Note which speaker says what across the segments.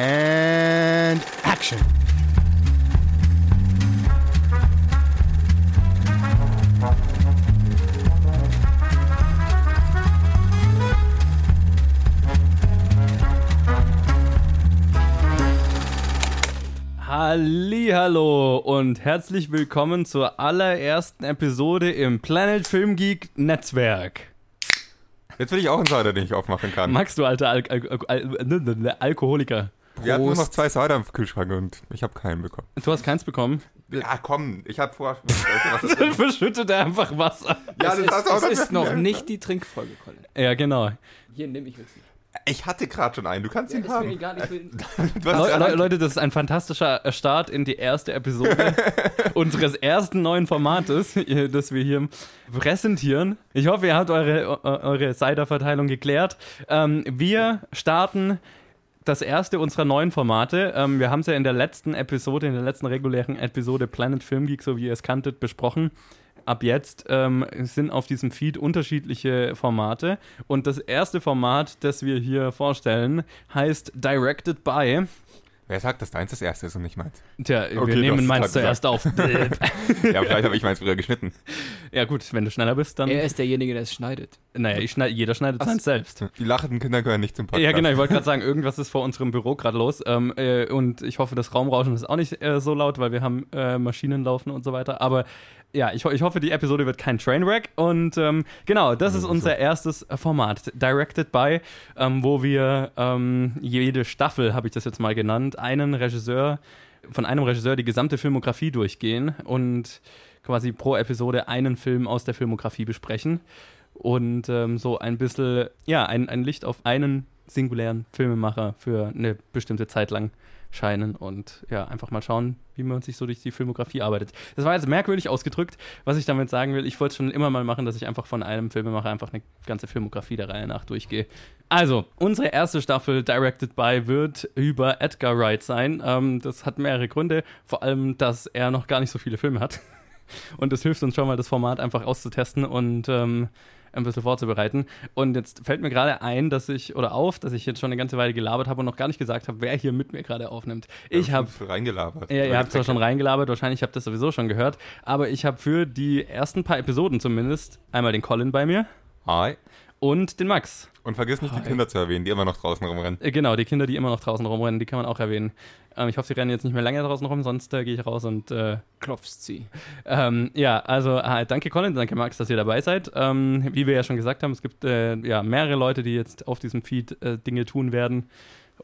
Speaker 1: And action.
Speaker 2: Hallo und herzlich willkommen zur allerersten Episode im Planet Film Geek Netzwerk.
Speaker 3: Jetzt will ich auch einen Cider, den ich aufmachen kann.
Speaker 2: Max, du alter Al Al Al Al Alkoholiker.
Speaker 3: Wir hatten nur noch zwei Cider im Kühlschrank und ich habe keinen bekommen.
Speaker 2: Du hast keins bekommen.
Speaker 3: Ja, komm, ich habe vorher.
Speaker 2: Dann verschüttet er einfach Wasser.
Speaker 3: ja,
Speaker 4: Es ist, es ist noch nicht die Trinkfolge, Colin.
Speaker 2: Ja, genau.
Speaker 4: Hier nehme ich jetzt nicht.
Speaker 3: Ich hatte gerade schon einen, du kannst ihn
Speaker 4: Ist mir
Speaker 3: haben.
Speaker 4: egal, ich will.
Speaker 3: Du hast
Speaker 2: Leu
Speaker 3: ja-
Speaker 2: Leu Leute, das ist ein fantastischer äh, Start in die erste Episode unseres ersten neuen Formates, ihr- das wir hier präsentieren. Ich hoffe, ihr habt eure, eu- eure Cider-Verteilung geklärt. Ähm, wir starten das erste unserer neuen Formate. Ähm, wir haben es ja in der letzten Episode, in der letzten regulären Episode Planet Film Geek, so wie ihr es kanntet, besprochen. Ab jetzt ähm, sind auf diesem Feed unterschiedliche Formate. Und das erste Format, das wir hier vorstellen, heißt Directed by.
Speaker 3: Wer sagt, dass deins das erste ist und nicht meins?
Speaker 2: Tja,
Speaker 3: Okay,
Speaker 2: wir
Speaker 3: du hast
Speaker 2: nehmen
Speaker 3: es
Speaker 2: meins
Speaker 3: halt
Speaker 2: zuerst auf.
Speaker 3: Ja, vielleicht habe ich meins früher geschnitten.
Speaker 2: ja, gut, wenn du schneller bist, dann.
Speaker 4: Er ist derjenige, der es schneidet.
Speaker 2: naja, ich schneid, jeder schneidet seins selbst.
Speaker 3: Die lachenden Kinder gehören nicht zum Podcast.
Speaker 2: Ja, genau, ich wollte gerade sagen, irgendwas ist vor unserem Büro gerade los. Ähm, äh, und ich hoffe, das Raumrauschen ist auch nicht äh, so laut, weil wir haben äh, Maschinen laufen und so weiter. Aber ja, ich, ho- ich hoffe, die Episode wird kein Trainwreck. Und ähm, genau, das ist unser erstes Format, Directed by, ähm, wo wir ähm, jede Staffel, habe ich das jetzt mal genannt, einen Regisseur, von einem Regisseur die gesamte Filmografie durchgehen und quasi pro Episode einen Film aus der Filmografie besprechen und ähm, so ein bisschen, ja, ein, ein Licht auf einen singulären Filmemacher für eine bestimmte Zeit lang scheinen und ja, einfach mal schauen, wie man sich so durch die Filmografie arbeitet. Das war jetzt merkwürdig ausgedrückt, was ich damit sagen will. Ich wollte es schon immer mal machen, dass ich einfach von einem Filmemacher einfach eine ganze Filmografie der Reihe nach durchgehe. Also, unsere erste Staffel Directed by wird über Edgar Wright sein. Ähm, das hat mehrere Gründe, vor allem, dass er noch gar nicht so viele Filme hat. Und es hilft uns schon mal, das Format einfach auszutesten und ähm, ein bisschen vorzubereiten. Und jetzt fällt mir gerade ein, dass ich, oder auf, dass ich jetzt schon eine ganze Weile gelabert habe und noch gar nicht gesagt habe, wer hier mit mir gerade aufnimmt. Ich habe
Speaker 3: reingelabert.
Speaker 2: ja, ihr habt zwar schon reingelabert, wahrscheinlich habt ihr das sowieso schon gehört, aber ich habe für die ersten paar Episoden zumindest einmal den Colin bei mir
Speaker 3: Hi.
Speaker 2: und den Max.
Speaker 3: Und vergiss nicht, die Kinder zu erwähnen, die immer noch draußen rumrennen.
Speaker 2: Äh, genau, die Kinder, die immer noch draußen rumrennen, die kann man auch erwähnen. Ähm, ich hoffe, sie rennen jetzt nicht mehr lange draußen rum, sonst äh, gehe ich raus und äh,
Speaker 4: Klopfst sie.
Speaker 2: Ähm, ja, also ah, danke Colin, danke Max, dass ihr dabei seid. Ähm, wie wir ja schon gesagt haben, es gibt äh, ja mehrere Leute, die jetzt auf diesem Feed äh, Dinge tun werden.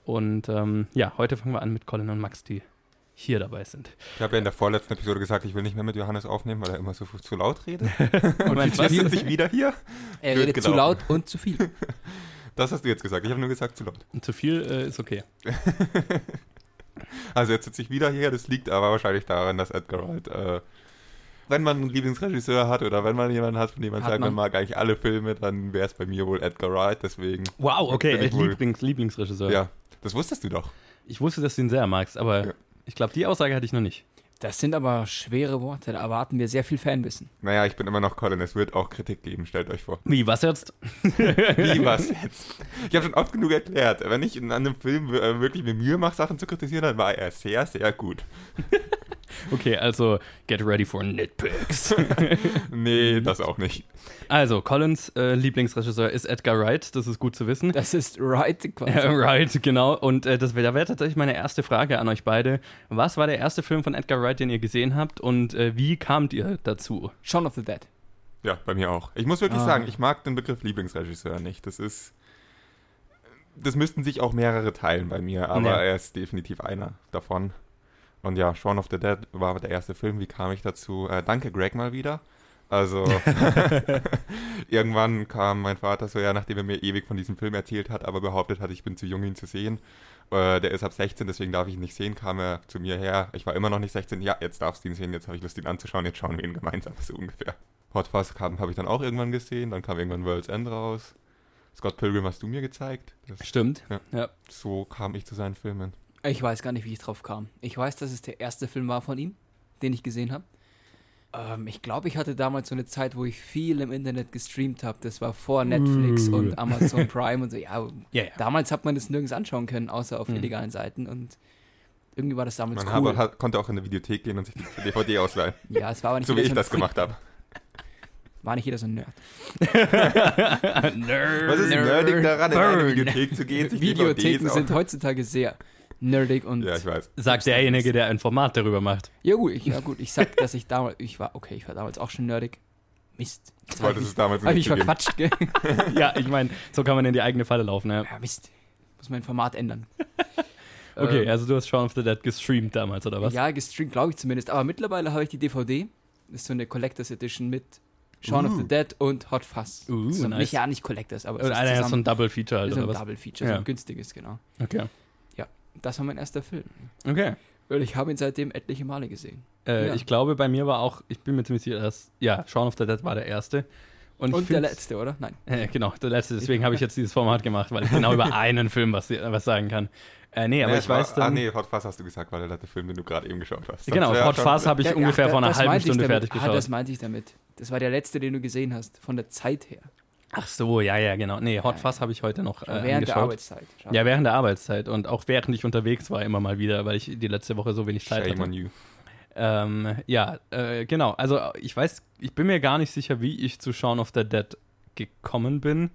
Speaker 2: Und ähm, ja, heute fangen wir an mit Colin und Max, die hier dabei sind.
Speaker 3: Ich habe ja in der vorletzten Episode gesagt, ich will nicht mehr mit Johannes aufnehmen, weil er immer so zu laut redet.
Speaker 2: Und
Speaker 3: Jetzt sitze ich wieder hier.
Speaker 4: Er
Speaker 3: Blöd
Speaker 4: redet zu laut
Speaker 3: gelaufen.
Speaker 4: und zu viel.
Speaker 3: Das hast du jetzt gesagt. Ich habe nur gesagt, zu laut.
Speaker 2: zu viel äh, ist okay.
Speaker 3: Also jetzt sitze ich wieder hier, das liegt aber wahrscheinlich daran, dass Edgar Wright, äh, wenn man einen Lieblingsregisseur hat oder wenn man jemanden hat, von dem man
Speaker 4: Hat
Speaker 3: sagt, man
Speaker 4: man.
Speaker 3: mag eigentlich alle Filme, dann wäre es bei mir wohl Edgar Wright, deswegen,
Speaker 2: Wow,
Speaker 3: okay.
Speaker 2: Äh,
Speaker 3: Bin ich wohl.
Speaker 2: Lieblings, Lieblingsregisseur.
Speaker 3: ja, das wusstest du doch.
Speaker 2: Ich wusste, dass du ihn sehr magst, aber
Speaker 3: Ja.
Speaker 2: ich glaube, die Aussage hatte ich noch nicht.
Speaker 4: Das sind aber schwere Worte. Da erwarten wir sehr viel Fanwissen.
Speaker 3: Naja, ich bin immer noch Colin, es wird auch Kritik geben, stellt euch vor.
Speaker 2: Wie, was jetzt?
Speaker 3: Wie was jetzt? Ich habe schon oft genug erklärt, wenn ich in einem Film äh, wirklich mir Mühe mache, Sachen zu kritisieren, dann war er sehr, sehr gut.
Speaker 2: Okay, also get ready for nitpicks.
Speaker 3: Nee,
Speaker 4: Mhm.
Speaker 3: das auch nicht.
Speaker 2: also, Collins äh, Lieblingsregisseur ist Edgar Wright, das ist gut zu wissen.
Speaker 4: Das ist right quasi.
Speaker 2: Ja, right, genau. Und äh, das wär, da wäre tatsächlich meine erste Frage an euch beide. Was war der erste Film von Edgar Wright, den ihr gesehen habt und äh, wie kamt ihr dazu?
Speaker 4: Shaun of the Dead.
Speaker 3: Ja, bei mir auch. Ich muss wirklich
Speaker 4: Ah.
Speaker 3: sagen, ich mag den Begriff Lieblingsregisseur nicht. Das ist. Das müssten sich auch mehrere teilen bei mir, aber
Speaker 2: Ja.
Speaker 3: er ist definitiv einer davon. Und ja, Shaun of the Dead war der erste Film. Wie kam ich dazu? Äh, danke, Greg, mal wieder. Also, irgendwann kam mein Vater so, ja, nachdem er mir ewig von diesem Film erzählt hat, aber behauptet hat, ich bin zu jung, ihn zu sehen. Äh, der ist ab 16, deswegen darf ich ihn nicht sehen, kam er zu mir her. Ich war immer noch nicht 16. Ja, jetzt darfst du ihn sehen, jetzt habe ich Lust, ihn anzuschauen. Jetzt schauen wir ihn gemeinsam, so ungefähr. Hot Fuzz kam, habe ich dann auch irgendwann gesehen. Dann kam irgendwann World's End raus. Scott Pilgrim hast du mir gezeigt. Das,
Speaker 2: Stimmt.
Speaker 3: Ja.
Speaker 2: Ja.
Speaker 3: so kam ich zu seinen Filmen.
Speaker 4: Ich weiß gar nicht, wie ich drauf kam. Ich weiß, dass es der erste Film war von ihm, den ich gesehen habe. Ähm, ich glaube, ich hatte damals so eine Zeit, wo ich viel im Internet gestreamt habe. Das war vor Netflix und Amazon Prime und so. Ja,
Speaker 2: Mm. Ja, Mm. ja.
Speaker 4: damals hat man das nirgends anschauen können, außer auf illegalen Seiten. Und irgendwie war das damals
Speaker 3: Man
Speaker 4: cool.
Speaker 3: habe, hat, konnte auch in eine Videothek gehen und sich die DVD ausleihen,
Speaker 4: ja, es war aber nicht
Speaker 3: so wie
Speaker 4: jeder
Speaker 3: ich
Speaker 4: ein
Speaker 3: das
Speaker 4: Freak-
Speaker 3: gemacht habe.
Speaker 4: War nicht jeder so ein Nerd.
Speaker 2: Nerd.
Speaker 3: Was ist
Speaker 4: Nerd.
Speaker 3: nerdig daran, in eine
Speaker 2: Burn.
Speaker 3: Videothek zu gehen, sich
Speaker 4: Videotheken
Speaker 3: DVDs
Speaker 4: sind
Speaker 3: auf-
Speaker 4: heutzutage sehr nerdig und.
Speaker 3: Ja, ich weiß.
Speaker 2: Sagt derjenige, der ein Format darüber macht.
Speaker 4: Ja, gut, ich, ja, gut, ich sag, dass ich damals. Ich war, okay, ich war damals auch schon nerdig. Mist. Jetzt
Speaker 3: Du wolltest es damals
Speaker 4: Hab ich mich
Speaker 3: nicht zugeben.
Speaker 4: verquatscht, gell?
Speaker 2: Ja, ich meine, so kann man in die eigene Falle laufen. Ja.
Speaker 4: Ja, Mist. Muss mein Format ändern.
Speaker 2: Okay,
Speaker 4: Ähm,
Speaker 2: also du hast Shaun of the Dead gestreamt damals, oder was?
Speaker 4: Ja, gestreamt, glaube ich zumindest. Aber mittlerweile habe ich die DVD. Das ist so eine Collectors Edition mit Shaun of the Dead und Hot Fuzz.
Speaker 2: Uh,
Speaker 4: so,
Speaker 2: nice.
Speaker 4: Nicht ja nicht Collectors, aber es
Speaker 2: Oder
Speaker 4: ist
Speaker 2: einer ist so ein
Speaker 4: zusammen,
Speaker 2: Double Feature halt,
Speaker 4: ist so
Speaker 2: oder
Speaker 4: ein
Speaker 2: was?
Speaker 4: Double Feature, so
Speaker 2: Ja.
Speaker 4: ein günstiges, genau.
Speaker 2: Okay.
Speaker 4: Das war mein erster Film.
Speaker 2: Okay.
Speaker 4: Und ich habe ihn seitdem etliche Male gesehen.
Speaker 2: Äh,
Speaker 4: Ja.
Speaker 2: Ich glaube, bei mir war auch, ich bin mir ziemlich sicher, dass, ja, Shaun of the Dead war der erste. Und, ich
Speaker 4: Und der
Speaker 2: find's-
Speaker 4: letzte, oder? Nein.
Speaker 2: Äh, genau, der letzte. Deswegen habe ich jetzt dieses Format gemacht, weil ich genau über einen Film was, was sagen kann. Äh, nee, aber
Speaker 3: Nee,
Speaker 2: ich
Speaker 3: es war-
Speaker 2: weiß dann.
Speaker 3: Ah, nee, Hot Fuzz hast du gesagt, weil der letzte Film, den du gerade eben geschaut hast.
Speaker 2: Genau,
Speaker 3: Sonst wär
Speaker 2: Hot
Speaker 3: schon-
Speaker 2: Fuzz habe ich
Speaker 4: Ja,
Speaker 2: ungefähr
Speaker 4: ja,
Speaker 2: vor einer
Speaker 4: das
Speaker 2: halben
Speaker 4: meinte ich
Speaker 2: Stunde
Speaker 4: damit.
Speaker 2: fertig geschaut.
Speaker 4: Ah, das meinte ich damit. Das war der letzte, den du gesehen hast, von der Zeit her.
Speaker 2: Ach so, ja, ja, genau. Nee, Hot Fuzz habe ich heute noch äh,
Speaker 4: während der
Speaker 2: angeschaut.
Speaker 4: Arbeitszeit. Schau.
Speaker 2: Ja, während der Arbeitszeit und auch während ich unterwegs war immer mal wieder, weil ich die letzte Woche so wenig Zeit
Speaker 3: Shame
Speaker 2: hatte.
Speaker 3: on you.
Speaker 2: Ähm, ja, äh, genau. Also ich weiß, ich bin mir gar nicht sicher, wie ich zu Shaun of the Dead gekommen bin.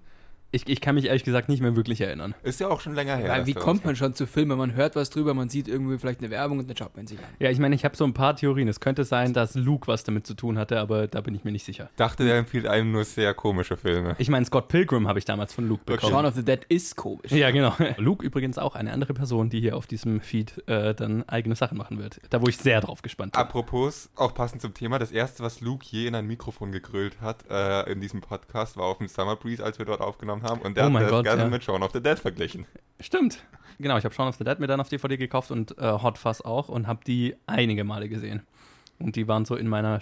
Speaker 2: Ich, ich kann mich ehrlich gesagt nicht mehr wirklich erinnern.
Speaker 3: Ist ja auch schon länger her.
Speaker 4: Weil
Speaker 3: dass
Speaker 4: wie
Speaker 3: der
Speaker 4: kommt
Speaker 3: rauskam.
Speaker 4: man schon zu Filmen? Man hört was drüber, man sieht irgendwie vielleicht eine Werbung und dann schaut man sich an.
Speaker 2: Ja, ich meine, ich habe so ein paar Theorien. Es könnte sein, dass Luke was damit zu tun hatte, aber da bin ich mir nicht sicher.
Speaker 3: Dachte, der empfiehlt einem nur sehr komische Filme.
Speaker 2: Ich meine, Scott Pilgrim habe ich damals von Luke bekommen.
Speaker 4: Shaun of the Dead ist komisch.
Speaker 2: Ja, genau. Luke übrigens auch eine andere Person, die hier auf diesem Feed äh, dann eigene Sachen machen wird. Da, wo ich sehr drauf gespannt bin.
Speaker 3: Apropos, auch passend zum Thema, das erste, was Luke je in ein Mikrofon gegrölt hat äh, in diesem Podcast, war auf dem Summer Breeze, als wir dort aufgenommen haben. Und der
Speaker 2: Oh
Speaker 3: hat
Speaker 2: mein
Speaker 3: das
Speaker 2: Gott,
Speaker 3: Ganze
Speaker 2: ja.
Speaker 3: mit Shaun of the Dead verglichen.
Speaker 2: Stimmt. Genau, ich habe Shaun of the Dead mir dann auf DVD gekauft und äh, Hot Fuzz auch und habe die einige Male gesehen. Und die waren so in meiner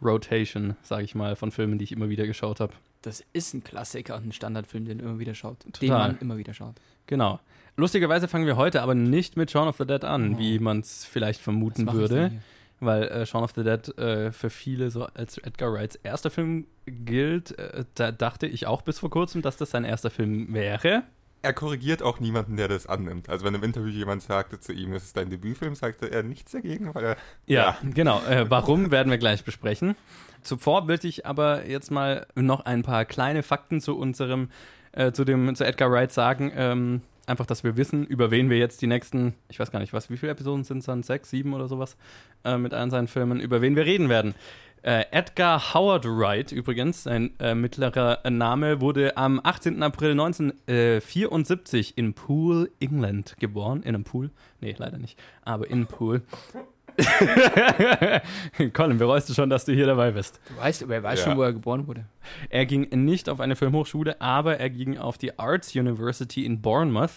Speaker 2: Standard-Rotation, sage ich mal, von Filmen, die ich immer wieder geschaut habe.
Speaker 4: Das ist ein Klassiker und ein Standardfilm, den immer wieder schaut. Den
Speaker 2: Total.
Speaker 4: man immer wieder schaut.
Speaker 2: Genau. Lustigerweise fangen wir heute aber nicht mit Shaun of the Dead an,
Speaker 4: Oh.
Speaker 2: wie man es vielleicht
Speaker 4: Was
Speaker 2: vermuten
Speaker 4: mache ich
Speaker 2: würde.
Speaker 4: denn hier?
Speaker 2: weil äh, Shaun of the Dead äh, für viele so als Edgar Wrights erster Film gilt. Äh, da dachte ich auch bis vor kurzem, dass das sein erster Film wäre.
Speaker 3: Er korrigiert auch niemanden, der das annimmt. Also wenn im Interview jemand sagte zu ihm, es ist dein Debütfilm, sagte er nichts dagegen, weil er
Speaker 2: Ja, genau. Äh, warum werden wir gleich besprechen. Zuvor will ich aber jetzt mal noch ein paar kleine Fakten zu unserem, äh, zu dem, zu Edgar Wright sagen. Ähm, einfach, dass wir wissen, über wen wir jetzt die nächsten, ich weiß gar nicht was, wie viele Episoden sind es dann? Sechs, sieben oder sowas äh, mit allen seinen Filmen, über wen wir reden werden. Äh, Edgar Howard Wright übrigens, sein äh, mittlerer Name, wurde am 18. April 1974 in Poole, England geboren. In einem Pool? Nee, leider nicht. Aber in Poole. Colin, bereust du schon, dass du hier dabei bist?
Speaker 4: Du weißt, wer weiß
Speaker 3: Ja.
Speaker 4: schon, wo er geboren wurde.
Speaker 2: Er ging nicht auf eine Filmhochschule, aber er ging auf die Arts University in Bournemouth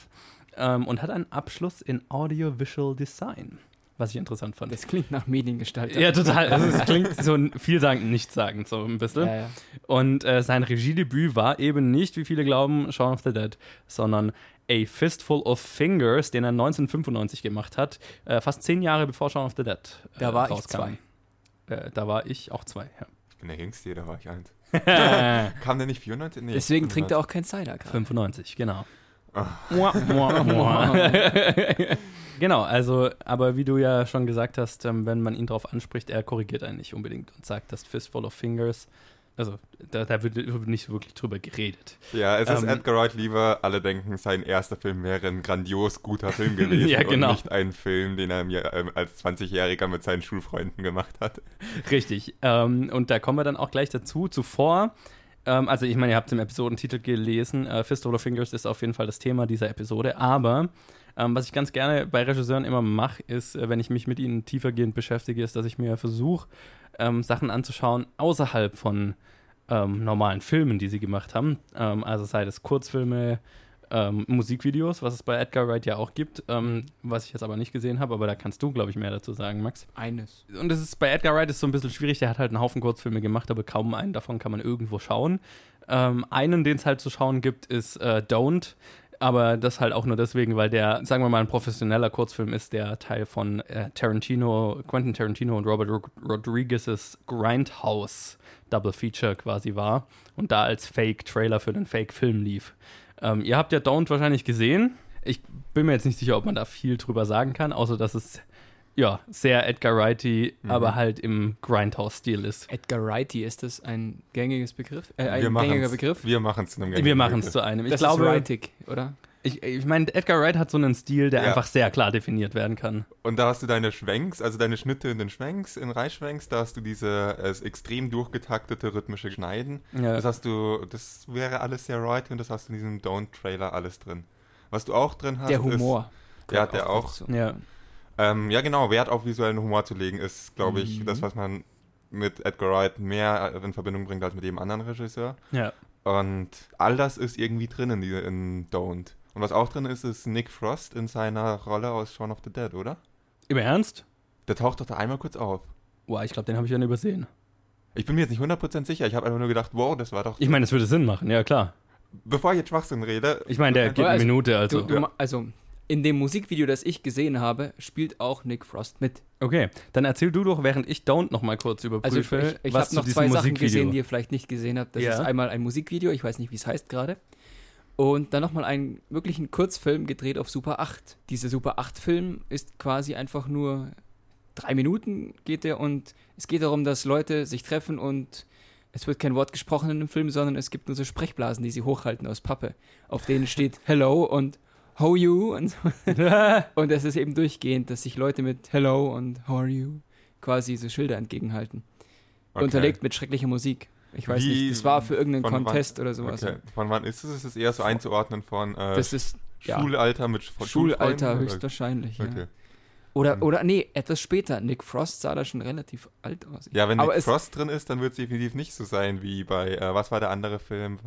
Speaker 2: ähm, und hat einen Abschluss in Audiovisual Design, was ich interessant fand.
Speaker 4: Das klingt nach Mediengestalter.
Speaker 2: ja, total. Also, es klingt so ein vielsagend, nichtssagend, so ein bisschen.
Speaker 4: Ja, ja.
Speaker 2: Und äh, sein Regiedebüt war eben nicht, wie viele glauben, Shaun of the Dead, sondern A Fistful of Fingers, den er 1995 gemacht hat, äh, fast zehn Jahre bevor Shaun of the Dead äh,
Speaker 4: Da war ich
Speaker 2: rauskam.
Speaker 4: zwei.
Speaker 2: Äh, da war ich auch zwei,
Speaker 3: ich bin der Jüngste, da war ich eins.
Speaker 2: ja.
Speaker 3: Kam der nicht 94? Nee,
Speaker 4: Deswegen trinkt er auch kein Cider gerade.
Speaker 2: 95, genau. Mua, mua, mua. genau, also, aber wie du ja schon gesagt hast, ähm, wenn man ihn drauf anspricht, er korrigiert einen nicht unbedingt und sagt, das Fistful of Fingers, also da, da wird wird nicht wirklich drüber geredet.
Speaker 3: Ja, es ist
Speaker 2: Ähm,
Speaker 3: Edgar Wright lieber. Alle denken, sein erster Film wäre ein grandios guter Film gewesen
Speaker 2: Ja, genau.
Speaker 3: und nicht ein Film, den er mir ähm, als 20-Jähriger mit seinen Schulfreunden gemacht hat.
Speaker 2: Richtig. Ähm, und da kommen wir dann auch gleich dazu. Zuvor, ähm, also ich meine, ihr habt den Episodentitel gelesen. Äh, Fistful of Fingers ist auf jeden Fall das Thema dieser Episode. Aber ähm, was ich ganz gerne bei Regisseuren immer mache, ist, äh, wenn ich mich mit ihnen tiefergehend beschäftige, ist, dass ich mir versuche, ähm, Sachen anzuschauen außerhalb von ähm, normalen Filmen, die sie gemacht haben. Ähm, also sei das Kurzfilme, ähm, Musikvideos, was es bei Edgar Wright ja auch gibt, ähm, was ich jetzt aber nicht gesehen habe, aber da kannst du, glaube ich, mehr dazu sagen, Max
Speaker 4: Eines.
Speaker 2: und es ist bei Edgar Wright ist so ein bisschen schwierig, der hat halt einen Haufen Kurzfilme gemacht, aber kaum einen davon kann man irgendwo schauen. Ähm, einen, den es halt zu schauen gibt, ist äh, Don't. Aber das halt auch nur deswegen, weil der, sagen wir mal, ein professioneller Kurzfilm ist, der Teil von äh, Tarantino, Quentin Tarantino und Robert Rod Rodriguez's Grindhouse Double Feature quasi war und da als Fake-Trailer für den Fake-Film lief. Ähm, ihr habt ja Don't wahrscheinlich gesehen. Ich bin mir jetzt nicht sicher, ob man da viel drüber sagen kann, außer dass es ja sehr Edgar Wrighty,
Speaker 3: Mhm.
Speaker 2: aber halt im Grindhouse-Stil ist.
Speaker 4: Edgar Wrighty, ist das ein gängiges Begriff? Äh, ein
Speaker 3: wir
Speaker 4: gängiger
Speaker 3: machen's-
Speaker 4: Begriff?
Speaker 3: Wir machen es.
Speaker 2: Wir machen es zu einem. Ich
Speaker 4: das
Speaker 2: glaube,
Speaker 4: ist Wrightig, oder?
Speaker 2: ich, ich meine, Edgar Wright hat so einen Stil, der
Speaker 3: Ja.
Speaker 2: einfach sehr klar definiert werden kann.
Speaker 3: Und da hast du deine Schwenks, also deine Schnitte in den Schwenks, in Reischwenks, da hast du diese äh, extrem durchgetaktete rhythmische Schneiden.
Speaker 2: Ja.
Speaker 3: Das hast du, das wäre alles sehr right und das hast du in diesem Don't-Trailer alles drin. Was du auch drin hast,
Speaker 4: Der Humor.
Speaker 3: Ja, der auch.
Speaker 4: dazu.
Speaker 2: ja.
Speaker 3: Ist, ähm, ja genau, Wert auf visuellen Humor zu legen, ist, glaube ich,
Speaker 4: Mhm.
Speaker 3: das, was man mit Edgar Wright mehr äh, in Verbindung bringt als mit jedem anderen Regisseur.
Speaker 2: ja.
Speaker 3: Und all das ist irgendwie drin in, die, in Don't. Und was auch drin ist, ist Nick Frost in seiner Rolle aus Shaun of the Dead, oder?
Speaker 2: Im Ernst?
Speaker 3: Der taucht doch da einmal kurz auf.
Speaker 2: Boah, ich glaube, den habe ich dann übersehen.
Speaker 3: Ich bin mir jetzt nicht 100% sicher. Ich habe einfach nur gedacht, wow, das war doch.
Speaker 2: Ich meine, das würde Sinn machen, ja klar.
Speaker 3: Bevor ich jetzt Schwachsinn rede.
Speaker 2: Ich meine, der
Speaker 3: Ja,
Speaker 2: geht eine
Speaker 4: also,
Speaker 2: Minute,
Speaker 4: Du,
Speaker 2: also.
Speaker 4: du, ma- also, in dem Musikvideo, das ich gesehen habe, spielt auch Nick Frost mit.
Speaker 2: Okay, dann erzähl du doch, während ich Don't noch mal kurz
Speaker 4: Also ich,
Speaker 2: überprüfe,
Speaker 4: ich, ich
Speaker 2: was
Speaker 4: habe
Speaker 2: zu
Speaker 4: noch
Speaker 2: diesem
Speaker 4: zwei Sachen
Speaker 2: Musikvideo.
Speaker 4: gesehen, die ihr vielleicht nicht gesehen habt. Das
Speaker 2: Ja.
Speaker 4: ist einmal ein Musikvideo, ich weiß nicht, wie es heißt gerade. Und dann nochmal einen wirklichen Kurzfilm gedreht auf Super 8. Dieser Super 8-Film ist quasi einfach nur drei Minuten geht der und es geht darum, dass Leute sich treffen und es wird kein Wort gesprochen in dem Film, sondern es gibt nur so Sprechblasen, die sie hochhalten aus Pappe. Auf denen steht Hello und How you und so. Und es ist eben durchgehend, dass sich Leute mit Hello und How are you quasi so Schilder entgegenhalten
Speaker 3: Okay.
Speaker 4: unterlegt mit schrecklicher Musik. Ich weiß
Speaker 3: Wie-
Speaker 4: nicht, das war für irgendeinen
Speaker 3: von wann-
Speaker 4: Contest oder sowas.
Speaker 3: Okay. Von wann ist es? Ist es eher so einzuordnen von äh,
Speaker 4: Das ist ja,
Speaker 3: Schulalter mit von
Speaker 4: Schulalter
Speaker 3: Schulfreunden?
Speaker 4: höchstwahrscheinlich.
Speaker 3: Okay. Hm.
Speaker 4: Ja. Oder, oder nee, etwas später. Nick Frost sah da schon relativ alt aus.
Speaker 3: Ja, wenn
Speaker 4: Aber
Speaker 3: Nick
Speaker 4: es-
Speaker 3: Frost drin ist, dann wird es definitiv nicht so sein wie bei, äh, was war der andere Film,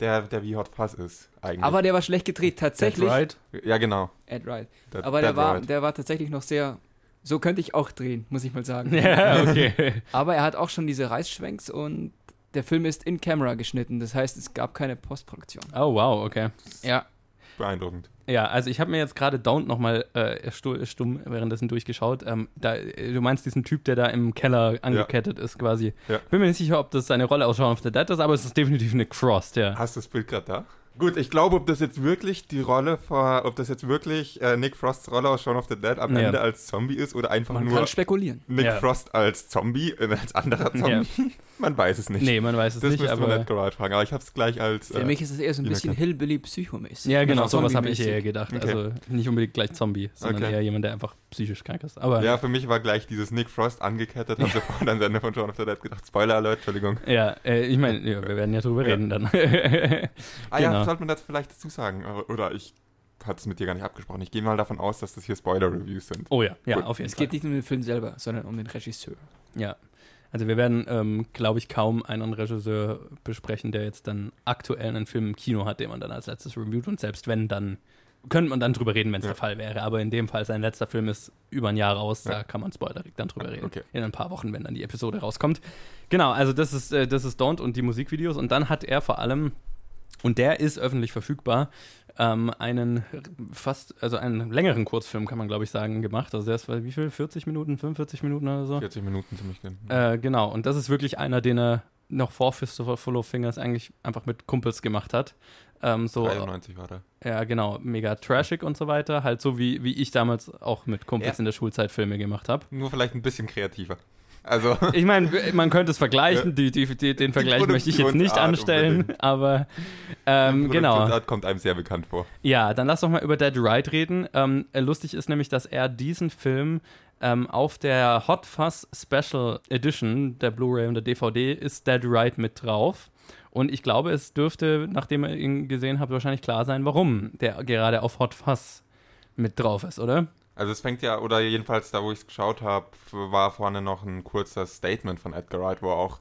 Speaker 3: der, der wie Hot Fuzz ist eigentlich.
Speaker 4: Aber der war schlecht gedreht, tatsächlich.
Speaker 2: Right?
Speaker 3: ja, genau.
Speaker 4: Ed Wright.
Speaker 3: That-
Speaker 4: Aber der
Speaker 3: that
Speaker 4: war,
Speaker 3: right.
Speaker 4: der war tatsächlich noch sehr. So könnte ich auch drehen, muss ich mal sagen.
Speaker 2: Ja, okay.
Speaker 4: Aber er hat auch schon diese Reißschwenks und der Film ist in Camera geschnitten. Das heißt, es gab keine Postproduktion.
Speaker 2: Oh, wow, okay.
Speaker 4: Ja.
Speaker 3: beeindruckend.
Speaker 2: Ja, also ich habe mir jetzt gerade Don't nochmal äh, stu stumm währenddessen durchgeschaut. Ähm, da, äh, du meinst diesen Typ, der da im Keller angekettet ist quasi.
Speaker 3: Ja.
Speaker 2: Bin mir nicht sicher, ob das seine Rolle aus Shaun of the Dead ist, aber es ist definitiv eine Cross, ja.
Speaker 3: Hast du das Bild gerade da? Gut, ich glaube, ob das jetzt wirklich die Rolle von, ob das jetzt wirklich äh, Nick Frosts Rolle aus Shaun of the Dead am
Speaker 2: Ja.
Speaker 3: Ende als Zombie ist oder einfach
Speaker 4: Man
Speaker 3: nur
Speaker 4: kann spekulieren.
Speaker 3: Nick
Speaker 2: Ja.
Speaker 3: Frost als Zombie, äh, als anderer
Speaker 2: Ja.
Speaker 3: Zombie. Man weiß es nicht.
Speaker 2: Nee, man weiß es
Speaker 3: das
Speaker 2: nicht,
Speaker 3: müsste man
Speaker 2: aber.
Speaker 3: nicht gerade fragen, aber ich habe es gleich als.
Speaker 4: Für
Speaker 3: Äh,
Speaker 4: mich ist es eher so ein
Speaker 3: Ja,
Speaker 4: bisschen
Speaker 3: klar.
Speaker 4: Hillbilly-Psychomäßig.
Speaker 2: Ja, genau,
Speaker 4: Oder
Speaker 2: sowas habe ich
Speaker 4: Zombie-mäßig.
Speaker 2: eher gedacht.
Speaker 3: Okay.
Speaker 2: Also nicht unbedingt gleich Zombie, sondern
Speaker 3: Okay.
Speaker 2: eher jemand, der einfach psychisch krank ist. Aber
Speaker 3: ja, für mich war gleich dieses Nick Frost angekettet, habe sofort an Sender von Shaun of the Dead gedacht. Spoiler Alert, Entschuldigung.
Speaker 2: Ja, äh, ich meine, ja, wir werden ja drüber
Speaker 3: Ja.
Speaker 2: reden dann.
Speaker 3: Ah
Speaker 2: Genau.
Speaker 3: ja, sollte man das vielleicht dazu sagen? Äh, Oder ich hatte es mit dir gar nicht abgesprochen. Ich gehe mal davon aus, dass das hier Spoiler-Reviews sind.
Speaker 2: oh ja, ja,
Speaker 3: Gut.
Speaker 2: auf jeden
Speaker 4: Es
Speaker 2: Fall.
Speaker 4: geht nicht um den Film selber, sondern um den Regisseur.
Speaker 2: Ja. Also wir werden, ähm, glaube ich, kaum einen Regisseur besprechen, der jetzt dann aktuell einen Film im Kino hat, den man dann als letztes reviewt. Und selbst wenn, dann könnte man dann drüber reden, wenn es
Speaker 3: Ja.
Speaker 2: der Fall wäre. Aber in dem Fall, sein letzter Film ist über ein Jahr raus, da
Speaker 3: Ja.
Speaker 2: kann man spoilerig dann drüber reden.
Speaker 3: Okay.
Speaker 2: In ein paar Wochen, wenn dann die Episode rauskommt. Genau, also das ist, äh, das ist Daunt und die Musikvideos. Und dann hat er vor allem, und der ist öffentlich verfügbar, ähm, einen fast, also einen längeren Kurzfilm, kann man glaube ich sagen, gemacht. Also der ist, wie viel, 40 Minuten, 45 Minuten oder so?
Speaker 3: 40 Minuten ziemlich genau.
Speaker 2: Äh, genau, und das ist wirklich einer, den er noch vor Fistful Follow Fingers eigentlich einfach mit Kumpels gemacht hat. Ähm, so,
Speaker 3: 93 war der.
Speaker 2: ja, genau, mega trashig und so weiter. Halt so wie, wie ich damals auch mit Kumpels
Speaker 3: Ja.
Speaker 2: in der Schulzeit Filme gemacht habe.
Speaker 3: Nur vielleicht ein bisschen kreativer. Also,
Speaker 2: Ich meine, man könnte es vergleichen, die, die, die, den Vergleich möchte ich jetzt nicht
Speaker 3: Produktionsart
Speaker 2: anstellen,
Speaker 3: unbedingt.
Speaker 2: aber ähm, genau.
Speaker 3: Produktionsart kommt einem sehr bekannt vor.
Speaker 2: Ja, dann lass doch mal über Dead Right reden. Ähm, äh, lustig ist nämlich, dass er diesen Film ähm, auf der Hot Fuzz Special Edition der Blu-ray und der DVD ist Dead Right mit drauf. Und ich glaube, es dürfte, nachdem ihr ihn gesehen habt, wahrscheinlich klar sein, warum der gerade auf Hot Fuzz mit drauf ist, oder?
Speaker 3: Also es fängt ja, oder jedenfalls da, wo ich es geschaut habe, war vorne noch ein kurzer Statement von Edgar Wright, wo er auch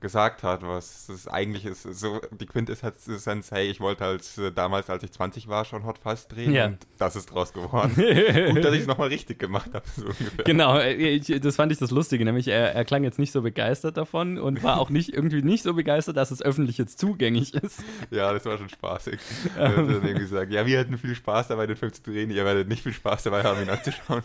Speaker 3: gesagt hat, was es eigentlich ist. So, die Quintessenz, hey, ich wollte als äh, damals, als ich 20 war, schon Hot Fuzz drehen
Speaker 2: Ja.
Speaker 3: und das ist draus geworden. Gut, dass ich es nochmal richtig gemacht habe, so ungefähr.
Speaker 2: Genau, äh, ich, das fand ich das Lustige, nämlich er, er klang jetzt nicht so begeistert davon und war auch nicht irgendwie nicht so begeistert, dass es öffentlich jetzt zugänglich ist.
Speaker 3: Ja, das war schon spaßig.
Speaker 2: Ähm.
Speaker 3: Er hat dann irgendwie gesagt, ja, wir hatten viel Spaß dabei, den Film zu drehen, ihr werdet nicht viel Spaß dabei haben, ihn anzuschauen.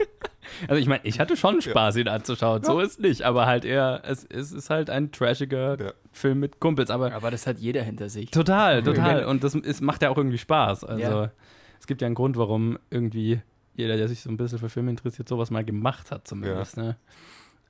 Speaker 2: Also ich meine, ich hatte schon Spaß, ihn anzuschauen, so ist nicht, aber halt eher, es, es ist halt ein trashiger
Speaker 3: Ja.
Speaker 2: Film mit Kumpels, aber
Speaker 4: Aber das hat jeder hinter sich.
Speaker 2: Total, total. Und das ist, macht ja auch irgendwie Spaß. Also
Speaker 4: Ja.
Speaker 2: es gibt ja einen Grund, warum irgendwie jeder, der sich so ein bisschen für Filme interessiert, sowas mal gemacht hat zumindest. Ne?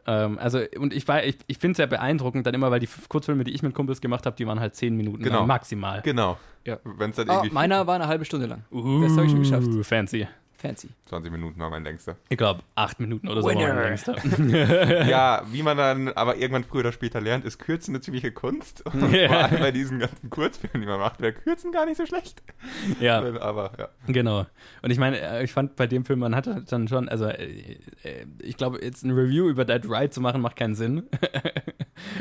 Speaker 2: Ähm, also, und ich war, ich, ich finde es ja beeindruckend dann immer, weil die F- Kurzfilme, die ich mit Kumpels gemacht habe, die waren halt zehn Minuten
Speaker 3: Genau.
Speaker 2: lang, maximal.
Speaker 3: Genau.
Speaker 4: Ja.
Speaker 3: Wenn es dann
Speaker 4: Ah,
Speaker 3: irgendwie
Speaker 4: meiner war eine halbe Stunde lang.
Speaker 2: Uh,
Speaker 4: Das hab ich schon geschafft.
Speaker 2: Fancy.
Speaker 4: Fancy.
Speaker 3: 20 Minuten war mein längster.
Speaker 2: Ich glaube, acht Minuten oder so. war mein
Speaker 4: Winner.
Speaker 2: längster.
Speaker 3: Ja, wie man dann aber irgendwann früher oder später lernt, ist Kürzen eine ziemliche Kunst. Und
Speaker 2: Ja.
Speaker 3: Vor allem bei diesen ganzen Kurzfilmen, die man macht, wäre Kürzen gar nicht so schlecht.
Speaker 2: ja.
Speaker 3: Aber ja.
Speaker 2: Genau. Und ich meine, äh, ich fand bei dem Film, man hat halt dann schon, also äh, äh, ich glaube, jetzt ein Review über Dead Ride zu machen, macht keinen Sinn.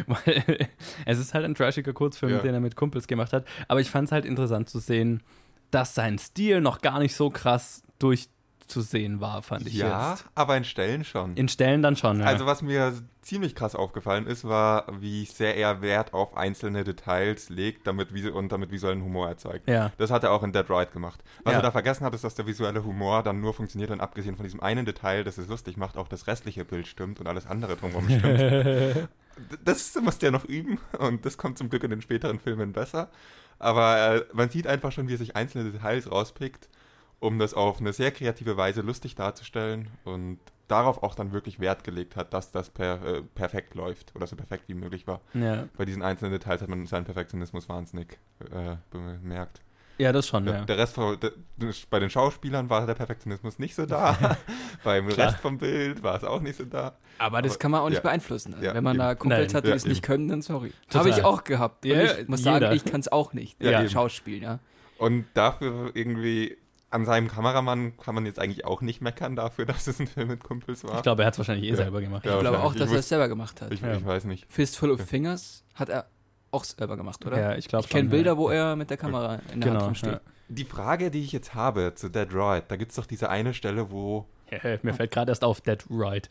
Speaker 2: Weil äh, es ist halt ein trashiger Kurzfilm,
Speaker 3: Ja.
Speaker 2: den er mit Kumpels gemacht hat. Aber ich fand es halt interessant zu sehen, dass sein Stil noch gar nicht so krass durchzusehen war, fand ich
Speaker 3: Ja,
Speaker 2: jetzt.
Speaker 3: aber in Stellen schon.
Speaker 2: In Stellen dann schon. Ja.
Speaker 3: Also was mir ziemlich krass aufgefallen ist, war, wie sehr er Wert auf einzelne Details legt damit visu- und damit visuellen Humor erzeugt.
Speaker 2: ja.
Speaker 3: Das hat er auch in Dead Right gemacht. Was
Speaker 2: Ja.
Speaker 3: er da vergessen hat, ist, dass der visuelle Humor dann nur funktioniert, wenn abgesehen von diesem einen Detail, das es lustig macht, auch das restliche Bild stimmt und alles andere drumherum stimmt. D- das muss der noch üben und das kommt zum Glück in den späteren Filmen besser. Aber äh, man sieht einfach schon, wie er sich einzelne Details rauspickt, um das auf eine sehr kreative Weise lustig darzustellen und darauf auch dann wirklich Wert gelegt hat, dass das per, äh, perfekt läuft oder so perfekt wie möglich war.
Speaker 2: Ja.
Speaker 3: Bei diesen einzelnen Details hat man seinen Perfektionismus wahnsinnig äh, bemerkt.
Speaker 2: ja, das schon.
Speaker 3: Der,
Speaker 2: Ja.
Speaker 3: der Rest von, der, bei den Schauspielern war der Perfektionismus nicht so da. Beim
Speaker 2: Klar.
Speaker 3: Rest vom Bild war es auch nicht so da.
Speaker 4: Aber das
Speaker 3: Aber-
Speaker 4: kann man auch nicht
Speaker 3: ja.
Speaker 4: beeinflussen. Also,
Speaker 3: Ja,
Speaker 4: wenn man da
Speaker 3: eben.
Speaker 4: Kumpels
Speaker 2: Nein.
Speaker 4: hat, die
Speaker 3: Ja,
Speaker 4: das nicht können, dann sorry.
Speaker 2: Total.
Speaker 4: Habe ich auch gehabt. Und
Speaker 2: Ja,
Speaker 4: ich muss
Speaker 2: jeder.
Speaker 4: sagen, ich kann es auch nicht.
Speaker 2: Ja,
Speaker 3: eben.
Speaker 4: Schauspiel, ja.
Speaker 3: Und dafür irgendwie an seinem Kameramann kann man jetzt eigentlich auch nicht meckern dafür, dass es ein Film mit Kumpels war.
Speaker 2: Ich glaube, er hat es wahrscheinlich eh
Speaker 3: Ja.
Speaker 2: selber gemacht.
Speaker 3: Ja,
Speaker 4: Ich glaube auch,
Speaker 3: wahrscheinlich.
Speaker 4: dass er
Speaker 3: Ich
Speaker 4: es selber gemacht hat.
Speaker 3: ich,
Speaker 2: Ja.
Speaker 3: ich weiß nicht.
Speaker 4: Fistful of Fingers hat er auch selber gemacht, oder?
Speaker 2: Ja, ich glaube
Speaker 4: Ich kenne
Speaker 2: schon,
Speaker 4: Bilder,
Speaker 2: ja.
Speaker 4: wo er mit der Kamera in der Hand
Speaker 2: Genau.
Speaker 4: rumsteht.
Speaker 2: Ja.
Speaker 3: Die Frage, die ich jetzt habe zu Dead Right, da gibt es doch diese eine Stelle, wo.
Speaker 2: Äh, Mir fällt gerade erst auf Dead Ride.